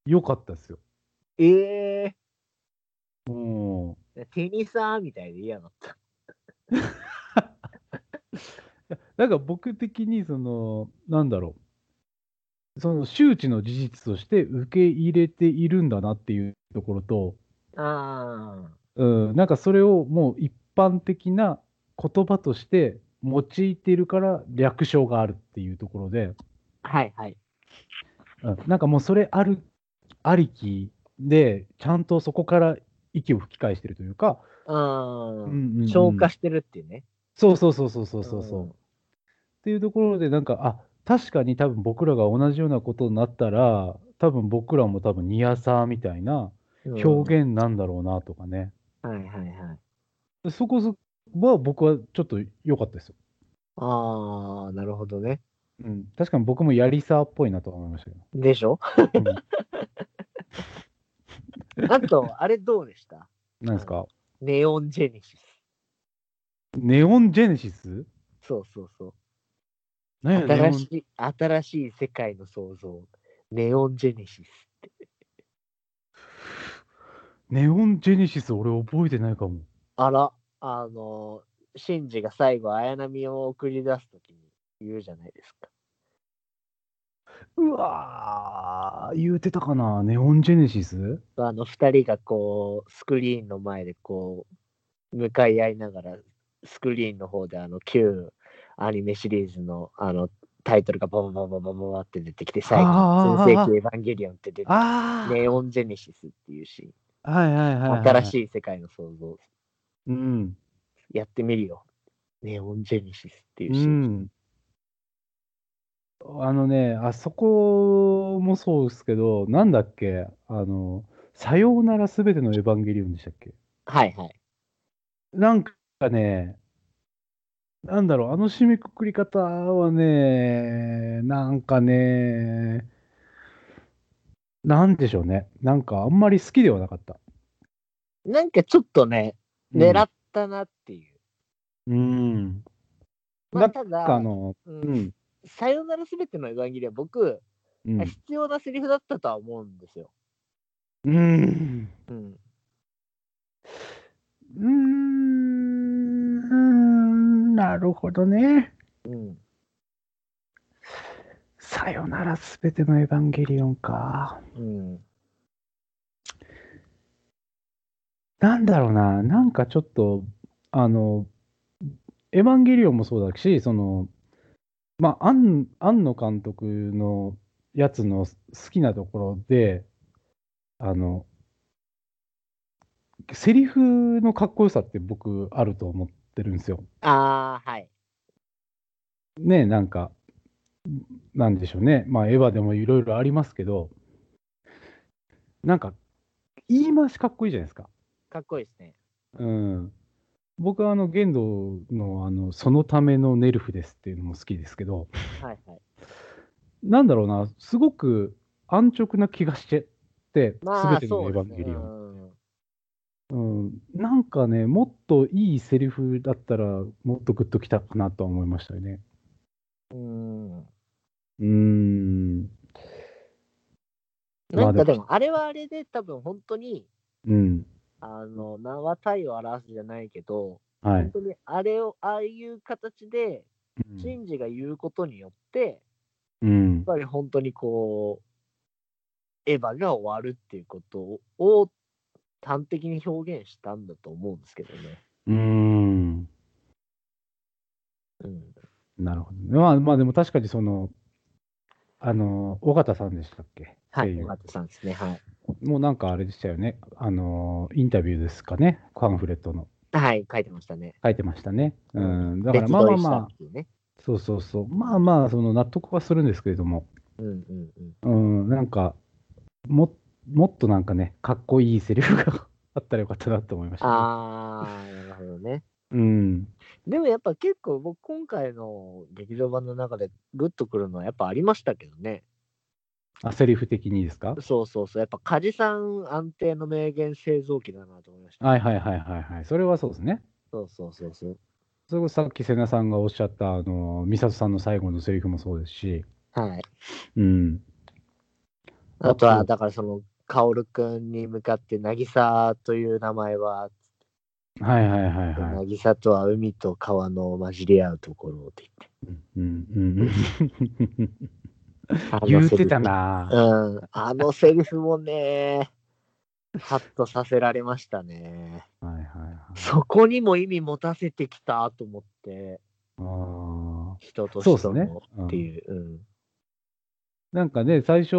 良かったですよ。
ええ
うん。
テニサーみたいで嫌だった。
なんか僕的にそのなんだろうその周知の事実として受け入れているんだなっていうところと、
ああ。
うん、なんかそれをもう一般的な言葉として用いているから略称があるっていうところで、
はいはい。
うん、なんかもうそれあるありきでちゃんとそこから息を吹き返してるというか、
う
うんう
ん。
んうん
消化してるっていうね。
そうそうそうそうそうそうそう。っていうところでなんかあ確かに多分僕らが同じようなことになったら多分僕らも多分ニアサーみたいな
うん
表。現なんだろうなとかね、
はいはいはい。
そこそは僕はちょっと良かったですよ、
ああ、なるほどね。
うん、確かに僕もやりさーっぽいなとは思いましたけど
でしょ あと、あれどうでした
何ですか
ネオンジェネシ
ネオンジェネシス
ス。そうそうそう。
何やネオ
新
ン
しい、新しい世界の創造。ネオンジェネシス。
ネオンジェネシス俺覚えてないかも
あら、あの、シンジが最後、綾波を送り出すときに言うじゃないですか。
うわー言うてたかなネオンジェネシス
あの、二人がこう、スクリーンの前でこう、向かい合いながら、スクリーンの方であの、旧アニメシリーズの、あの、タイトルがバババババババって出てきて、最後、
あー
全世紀エヴァンゲリオンって出てきて、
あー、
ネオンジェネシスっていうシ
はいはいはい
ーン、
はい、
新
い、
しい世界の創造、
うん
やってみるよ。ネオンジェネシスっていう
う
シーン。
ん、あのね、あそこもそうですけど、なんだっけ、あの、さようならすべてのエヴァンゲリオンでしたっけ
はいはい。
なんかね、なんだろう、あの締めくくり方はね、なんかね、なんでしょうね、なんかあんまり好きではなかった。
なんかちょっとね、
うん
狙ったなっていう。
うん。
まあ、
だ
ただ、
あの、
う
うんん、
さよならすべてのエヴァンゲリオン、僕、
うん、
必要なセリフだったとは思うんですよ。
うん。
うん。
うーん、なるほどね。
うん。
さよならすべてのエヴァンゲリオンか。
うん。
なんだろうな、なんかちょっと、あの、エヴァンゲリオンもそうだし、その、まあ、庵庵野監督のやつの好きなところで、あの、セリフのかっこよさって僕あると思ってるんですよ。
ああ、はい。
ね、なんか、なんでしょうね、まあ、エヴァでもいろいろありますけど、なんか、言い回しかっこいいじゃないですか。
かっこいいですね。
うん、僕はあの、玄道のあの、そのためのネルフですっていうのも好きですけど、
はいはい。
なんだろうな、すごく安直な気がしてて、す
ま
べ
あ、
て
そ
のエ
う
ヴァ
で
ンゲ
す
リ
ね。う
オン。
ん
うん、なんかね、もっといいセリフだったら、もっとグッときたかなとは思いましたよね。
うん。
うーん、まあ
なんかでも、あれはあれで、多分本当に、
うん、
あの、名は体を表すじゃないけど、
は
本
い。
当にあれを、ああいう形で、
うん
シンジが言うことによって、
うん
やっぱり本当にこう、エヴァが終わるっていうことを端的に表現したんだと思うんですけどね。
うーん
うん、
なるほどね。まあ、まあ、でも確かにその、あの、尾形さんでしたっけ
は
っ
い、
てう
尾形さんですね。はい。
もうなんかあれでしたよね。あの、インタビューですかね。パンフレットの。
はい、書いてましたね。
書いてましたね。うん。だ
だ
からまあまあま
あ。ね、
あ、そうそうそう。まあまあ、その納得はするんですけれども、
うんうんうん。
うん、なんか、も、もっとなんかね、かっこいいセリフが あったらよかったなと思いましたね、
あー、なるほどね。
うん。
でもやっぱ結構僕今回の劇場版の中でグッとくるのはやっぱありましたけどね。
あ、セリフ的にですか
そうそうそう。やっぱ梶さん安定の名言製造機だなと思いました。
はいはいはいはいはい。それはそうですね。
そうそうそうそう。
それこそさっき瀬名さんがおっしゃった、あの、美里さんの最後のセリフもそうですし、
はい。
うん。
あと
あ
は、
と
だからその、カオルくんに向かって、渚という名前は、
はいはいはいはい。
渚とは海と川の混じり合うところって言って。
うんうんうん。
あの
言ってたな
セリフ。うん。あのセリフもね、ハッとさせられましたね。
はいはいはい
そこにも意味持たせてきたと思って、
あー
人と
そう
し
で
て
すね
も。っていう。うん
なんかね、最初、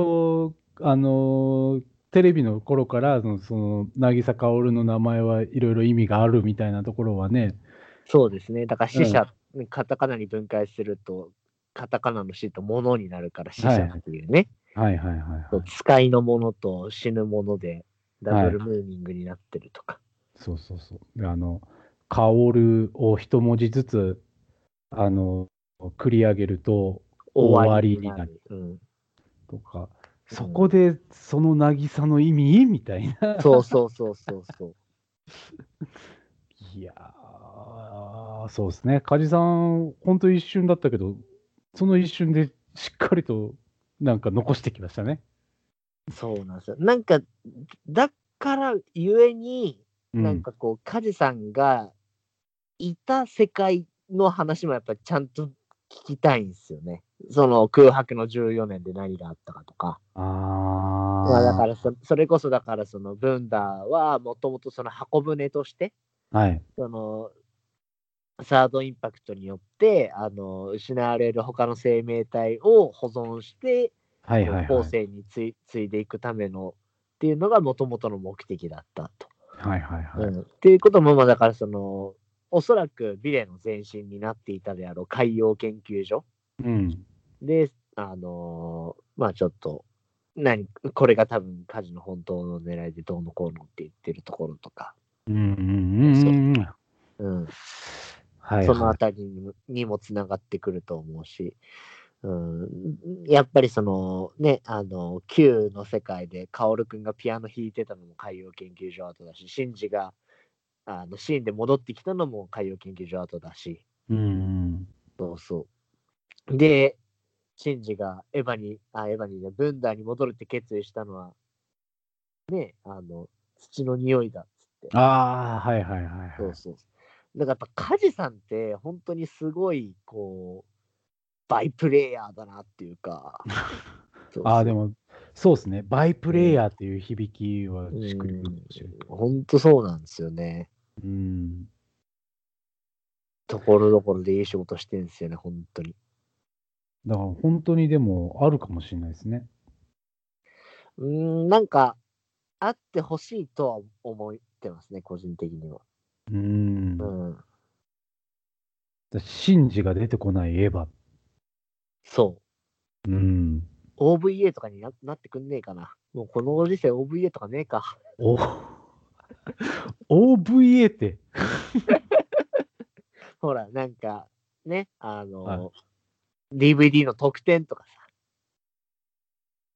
あのーテレビの頃から、その、その渚薫の名前はいろいろ意味があるみたいなところはね、
そうですね。だから死者、カタカナに分解すると、カタカナの死と物になるから死者っていうね。
はいはいはい、は
そう
い。
使いのものと死ぬもので、ダ
は
ブ
い
ルムーニングになってるとか。
そうそうそう。であの、薫を一文字ずつ、あの、繰り上げると、終わりになる。
うん、
とか、そこでその渚の意味みたいな。
そうそうそうそうそう。
いやー、そうですね。梶さん、本当一瞬だったけど、その一瞬でしっかりとなんか残してきましたね。
そうなんですよ。なんか、だからゆえに、
うん
なんかこう、カジさんがいた世界の話もやっぱりちゃんと聞きたいんですよね。その空白の14年で何があったかとか。
あ、
まあ、だかららそ、それこそだから、そのブンダーはもともとその箱舟として、
はい。
その、サードインパクトによって、あの、失われる他の生命体を保存して、
はいはいはい。
後世につい継いでいくためのっていうのがもともとの目的だったと。
はいはいはい。
うんっていうことも、まあ、だからその、おそらくビレの前身になっていたであろう海洋研究所
うん。
で、あのーまあちょっと、何、これが多分火事の本当の狙いでどうのこうのって言ってるところとか、
うんうんうんうん。
うん、
はい
その
は
あたりにもにもつながってくると思うし、うん、やっぱりそのね、あの、Q の世界で薫くんがピアノ弾いてたのも海洋研究所跡だし、シンジがあのシーンで戻ってきたのも海洋研究所跡だし、
い。うん
そうそう。で、シンジがエヴァに、あ、エヴァにね、ブンダーに戻るって決意したのは、ね、あの、土の匂いだっつって。
ああ、はいはいはいはい。
そうそう。だからやっぱカジさんって本当にすごいこうバイプレイヤーだなってい うか。そうそう
ああ、でも、そうですね。バイプレイヤーっていう響きはしっくりくるかもしれない。
本当そうなんですよね。
うん。
ところどころでいい仕事してるんですよね、本当に。
だから本当にでもあるかもしれないですね。
うーん、なんかあってほしいとは思ってますね、個人的には。
うん。
うん、
シンジが出てこないエヴァ。
そう。
うん。
OVA とかにななってくんねえかな。もうこのご時世 OVA とかねえか。
お OVA って。
ほら、なんかね、あの、
は
DVD の特典とか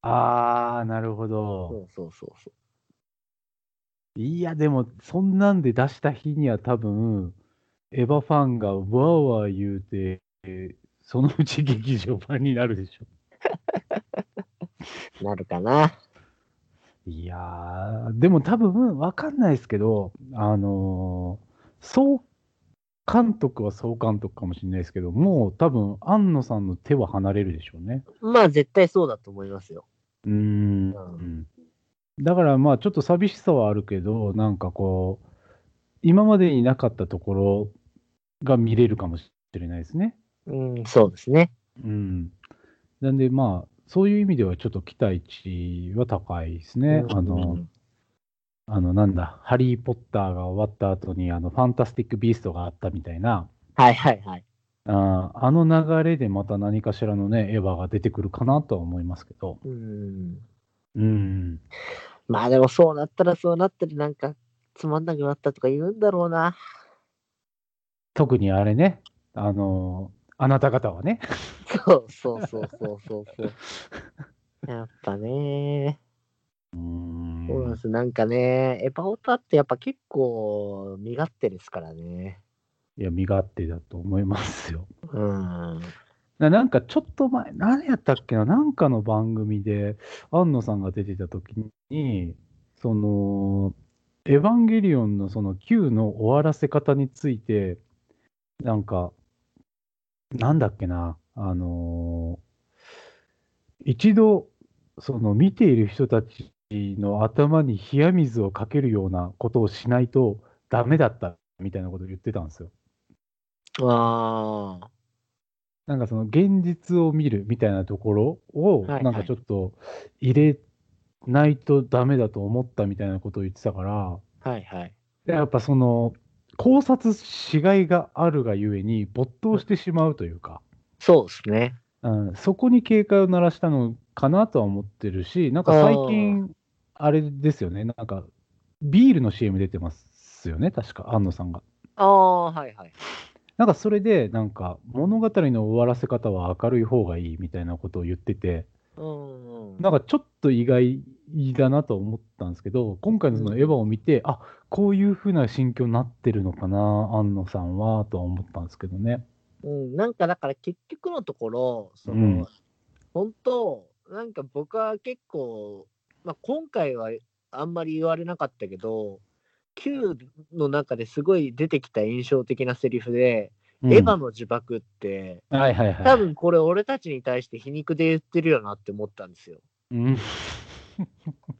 さ。
ああ、なるほ
そ
ど。
うそうそうそう。
いや、でも、そんなんで出した日には多分、エヴァファンがわーわー言うて、そのうち劇場版になるでしょ。
なるかな。
いやー、でも多分、わかんないですけど、あのー総監督は総監督かもしれないですけど、もう多分、庵野さんの手は離れるでしょうね。
まあ絶対そうだと思いますよ。
うーん
うん
だからまあちょっと寂しさはあるけどなんかこう今までになかったところが見れるかもしれないですね。
うん、そうですね。
うん、なんでまあそういう意味ではちょっと期待値は高いですね。
うん
あのあのなんだ「ハリー・ポッター」が終わった後にあの「ファンタスティック・ビースト」があったみたいな
はいはいはい。
あーあの流れでまた何かしらのねエヴァが出てくるかなとは思いますけど。
うん。
うん
まあでもそうなったらそうなったりなんかつまんなくなったとか言うんだろうな。
特にあれね、あのあなた方はね。
そうそうそうそうそう そう。やっぱね。
うーん
そうなんです。なんかね、エパオタってやっぱ結構身勝手ですからね。
いや、身勝手だと思いますよ。
うん。
ななんかちょっと前、何やったっけな、なんかの番組で、安野さんが出てた時に、その、エヴァンゲリオンのその Q の終わらせ方について、なんか、なんだっけな、あのー一度、その見ている人たちの頭に冷や水をかけるようなことをしないとダメだったみたいなことを言ってたんですよ。
ああ。
なんかその現実を見るみたいなところを、
はい
なんかちょっと入れないとダメだと思ったみたいなことを言ってたから、
はいはい。
でやっぱその考察しがいがあるがゆえに没頭してしまうというか、
そうですね。
うん、そこに警戒を鳴らしたのかなとは思ってるし、なんか最近、あれですよね、なんかビールの CM 出てますよね、確か、安野さんが。
ああ、はいはい。
なんかそれで、なんか物語の終わらせ方は明るい方がいいみたいなことを言ってて、
うんうん。
なんかちょっと意外だなと思ったんですけど、今回のそのエヴァを見て、あこういう風な心境になってるのかな、安野さんは、とは思ったんですけどね。
うん、なんかだから結局のところ、その、
うん
本当、なんか僕は結構、まあ、今回はあんまり言われなかったけど、Q の中ですごい出てきた印象的なセリフで、
うん
エヴァの呪縛って、
はいはいはい。
多分これ俺たちに対して皮肉で言ってるよなって思ったんですよ。
うん、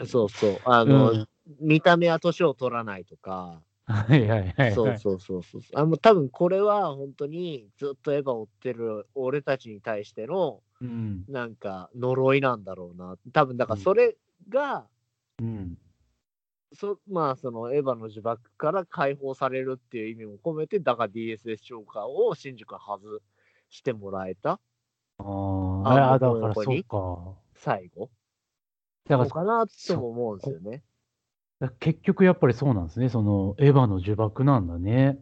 そうそう。あの、
うん
見た目は年を取らないとか、
はいはいはいはい。
そうそうそうそう。あもう多分これは本当にずっとエヴァを追ってる俺たちに対しての
うん
なんか呪いなんだろうな。多分だからそれが、
うん
そまあそのエヴァの呪縛から解放されるっていう意味も込めて、だから DSS 召喚を新宿は外してもらえた
あ
あ
ーあ、だ
こ
から
こ
そ
に
うか。
最後
だ
の
か
かなとも思うんですよね。
ら結局やっぱりそうなんですね。そのエヴァの呪縛なんだね。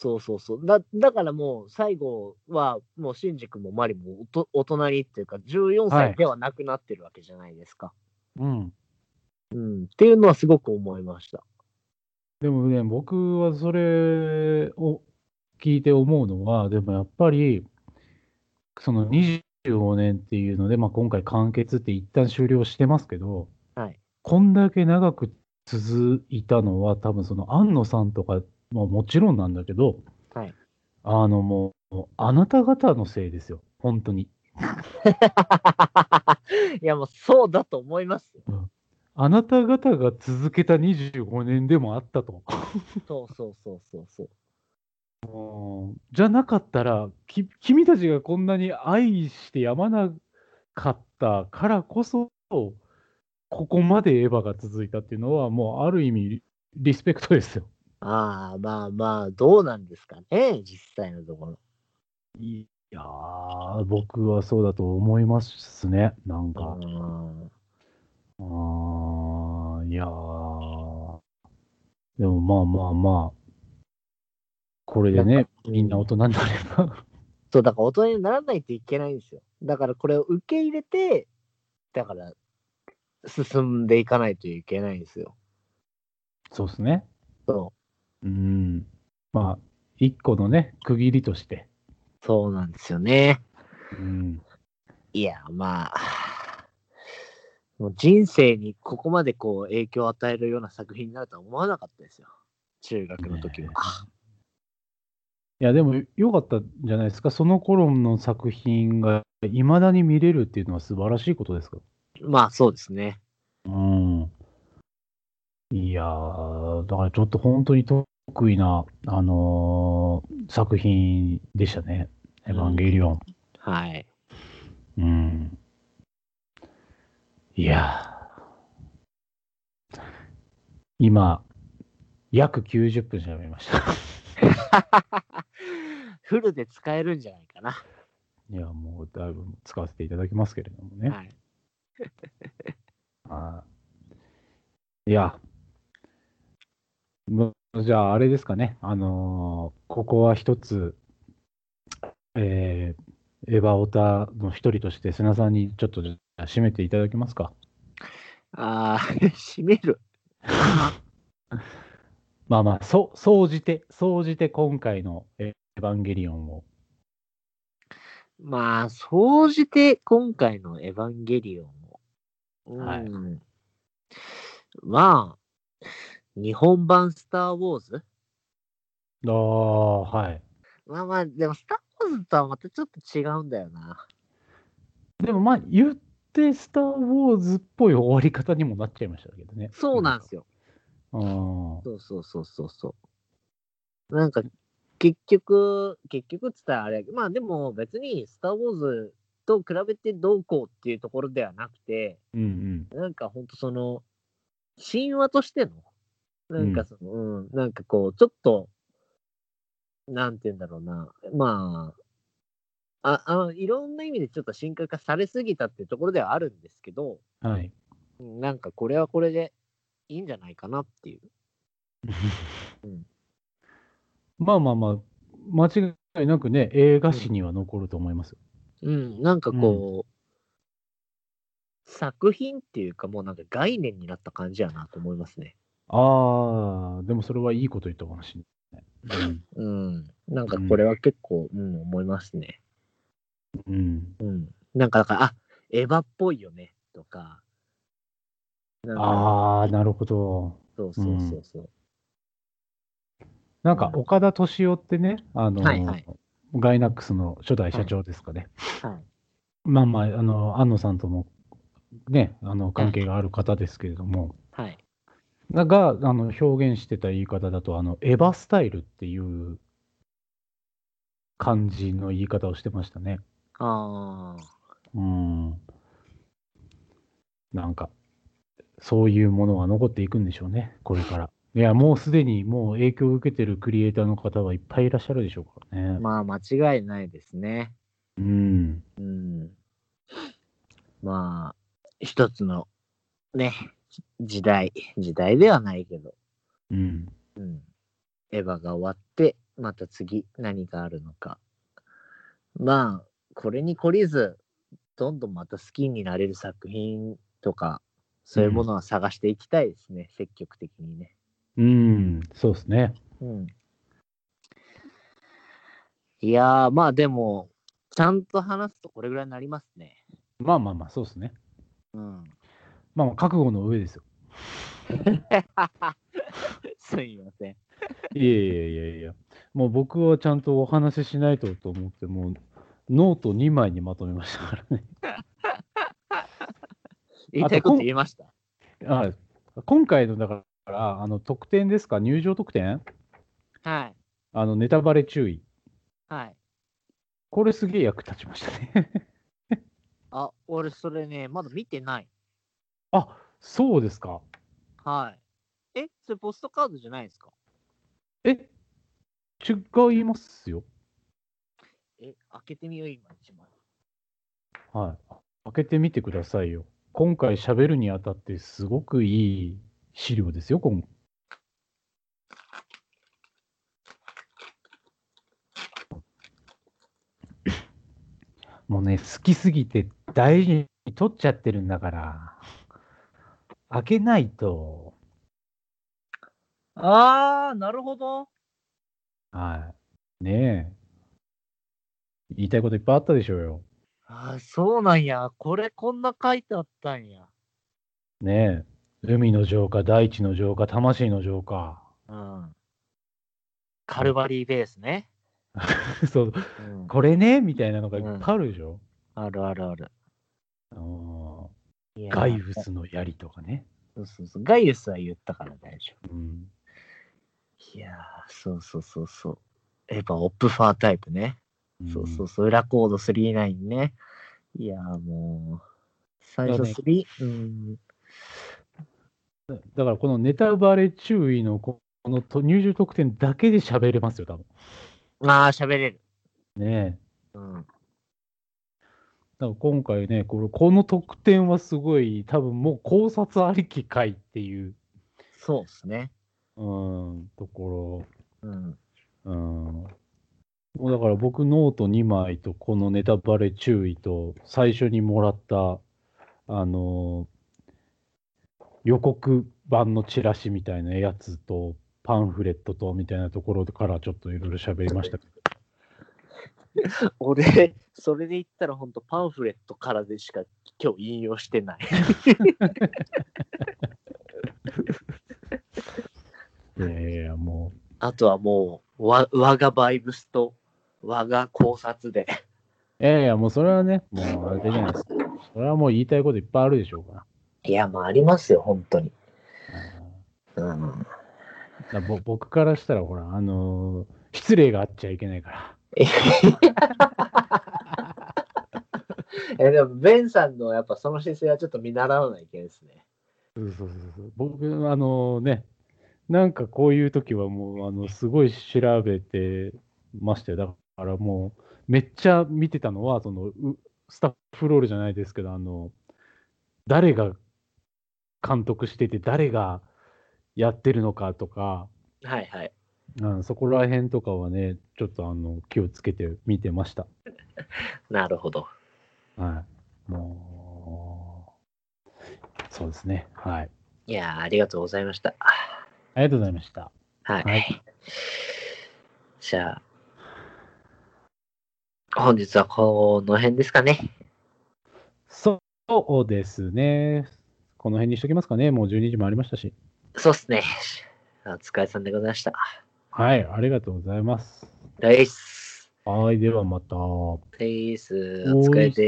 そうそうそう。だだからもう最後はもうシンジ君もマリもおと大人にっていうか14
は
歳
い
ではなくなってるわけじゃないですか。
うん。
うん。っていうのはすごく思いました。
でもね、僕はそれを聞いて思うのは、でもやっぱり、その25年っていうので、まあ、今回完結って一旦終了してますけど、
はい
こんだけ長く続いたのは、多分その庵野さんとかももちろんなんだけど、
はい
あのもう、あなた方のせいですよ、本当に。
いやもうそうだと思いますよ。
あなた方が続けた25年でもあったと。
そうそうそうそうそう。
じゃなかったらき、君たちがこんなに愛してやまなかったからこそ、ここまでエヴァが続いたっていうのは、もうある意味、リスペクトですよ。
ああまあまあどうなんですかね実際のところ。
いやー、僕はそうだと思いますね、なんか。
うん
あーいやー、でもまあまあまあ、これで
なん
ね
か、
みんな大人になれば。
そうだから大人にならないといけないんですよ。だからこれを受け入れてだから進んでいかないといけないんですよ。
そうですね。。
そう
うん。まあ、一個のね、区切りとして。
そうなんですよね。
うん。
いや、まあ、もう人生にここまでこう影響を与えるような作品になるとは思わなかったですよ。中学の時は。
いや、でも、良かったんじゃないですか。その頃の作品が、いまだに見れるっていうのは素晴らしいことですか
まあ、そうですね。
ら。うん。いやー、だからちょっと本当に得意な、あのー作品でしたね。エヴァンゲリオン。
はい。
うん。いやー今、約90分喋りました。
フルで使えるんじゃないかな。
いや、もうだいぶ使わせていただきますけれどもね。
はい。
はい、いや、もうじゃあ、あれですかね、あのーここは一つ、えーエヴァオタの一人として、瀬名さんにちょっとじゃあ締めていただけますか。
ああ、閉める。
まあまあ、そ総じて、総じて今回のえーエヴァンゲリオンを。
まあ、総じて今回のエヴァンゲリオンも。うん
はい
まあ、日本版スター・ウォーズ
ああ、はい。
まあまあ、でも、スター・ウォーズとはまたちょっと違うんだよな。
でもまあ、言っって、スター・ウォーズっぽい終わり方にもなっちゃいましたけどね。
そうなんですよ。
うん。
そうそうそうそうそう。なんか、結局、結局っつったらあれやけど、まあでも別に、スター・ウォーズと比べてどうこうっていうところではなくて、
うんうん。
なんかほんとその、神話としての、なんかその、うん、なんかこう、ちょっと、なんて言うんだろうな、まあ、あ、あのいろんな意味でちょっと神格化されすぎたっていうところではあるんですけど、
はい。
うんなんかこれはこれでいいんじゃないかなっていう。
まあまあまあ、間違いなくね、映画史には残ると思います。
うん、なんかこう、作品っていうか、もうなんか概念になった感じやなと思いますね。
ああ、でもそれはいいこと言ったかもしれない。
うん、なんかこれは結構、うん、思いますね。
うん。うん、
うん、なんかだから、あエヴァっぽいよねとか、なんか
ああ、なるほど。
そうそうそうそう。
なんか、岡田敏夫ってね、あの、
はいはい
ガイナックスの初代社長ですかね。
はい
まあまあ、あの、安野さんとも、ね、あの、関係がある方ですけれども、
はい。
が、あの、表現してた言い方だと、あの、エヴァスタイルっていう感じの言い方をしてましたね。
ああ、
うん。なんか、そういうものは残っていくんでしょうね、これから。いや、もうすでにもう影響を受けてるクリエイターの方はいっぱいいらっしゃるでしょうからね。
まあ間違いないですね。
うん。
うん。まあ、一つの、ね、時代、時代ではないけど、
うん。
うん、エヴァが終わって、また次何があるのか。まあ、これに懲りず、どんどんまた好きになれる作品とか、そういうものは探していきたいですね、積極的にね。
うん、そうですね。
うん。いやー、まあでも、ちゃんと話すとこれぐらいになりますね。
まあまあまあ、そうですね。
うん。
まあまあ、覚悟の上ですよ。
すいません。
いやいやいやいや。もう僕はちゃんとお話ししないとと思って、もうノート2枚にまとめましたからね。
言いたいこと言えました。
あ今回の、だから、あの、特典ですか、入場特典
はい。
あの、ネタバレ注意。
はい。
これすげえ役立ちましたね。
あ、俺それね、まだ見てない。
あ、そうですか。
はい。え、それポストカードじゃないですか
え、違いますよ。
え、開けてみよう、今一枚。
はい。開けてみてくださいよ。今回喋るにあたってすごくいい資料ですよ、今もうね、好きすぎて大事に取っちゃってるんだから。開けないと。
あー、なるほど。
はい。ねえ。言いたいこといっぱいあったでしょうよ。
あー、そうなんや。これこんな書いてあったんや。
ねえ。海の浄化、大地の浄化、魂の浄化。
うん。カルバリーベースね。
そう、
うん、
これねみたいなのがいっぱいあるでしょ。
あるあるある。
うん
いやー
ガイウスの槍とかね。
そうそうそう。ガイウスは言ったから大丈
うん、
夫。いやー、そうそうそうそう。やっぱオップファータイプね。そうそうそう、裏コード39ね。いやーもう、最初
だね
3、うん、
うん。だからこのネタバレ注意のここのと入場特典だけで喋れますよ、多分
ああ、喋れる。
ねえ。
うん。
だから今回ね、これこの特典はすごい、多分もう考察ありきかいっていう、
そうっすね。
うん、とこ
うん。
ろ。うん。もうだから僕、ノート2枚と、このネタバレ注意と、最初にもらった、あのー予告版のチラシみたいなやつと、パンフレットと、みたいなところからちょっといろいろ喋りましたけど。
俺、それで言ったら本当パンフレットからでしか今日引用してない。
いやいやいや、もう、
あとはもう、わ我がバイブスと、我が考察で。
いやいや、もうそれはね、もうあれじゃないですか。それはもう言いたいこといっぱいあるでしょうか
いや、まあありますよ、本当に。
ら。うん
うん。
だからぼ僕からしたら、ほら、あのー失礼があっちゃいけないから。
え、でも、ベンさんのやっぱその姿勢はちょっと見習わないといけないですね。
そうそうそうそう僕、あのーね、なんかこういう時はもう、あの、すごい調べてましたよ。だからもう、めっちゃ見てたのは、その、うスタッフロールじゃないですけど、あの、誰が監督してて、誰がやってるのかとか、
はいはい。
うん、そこら辺とかはね、ちょっとあの気をつけて見てました。
なるほど。
はい。もう、そうですね。はい。
いやー、ありがとうございました。
ありがとうございました。
はい。
はい
じゃあ、本日はこの辺ですかね。
そうですね。この辺にしときますかね。もう12時もありましたし。
そうっすね。お疲れさんでございました。
はい。ありがとうございます。
レイス。
はい。ではまた。は
レイス、お疲れで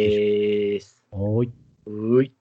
ーす。
ーい。
うーい。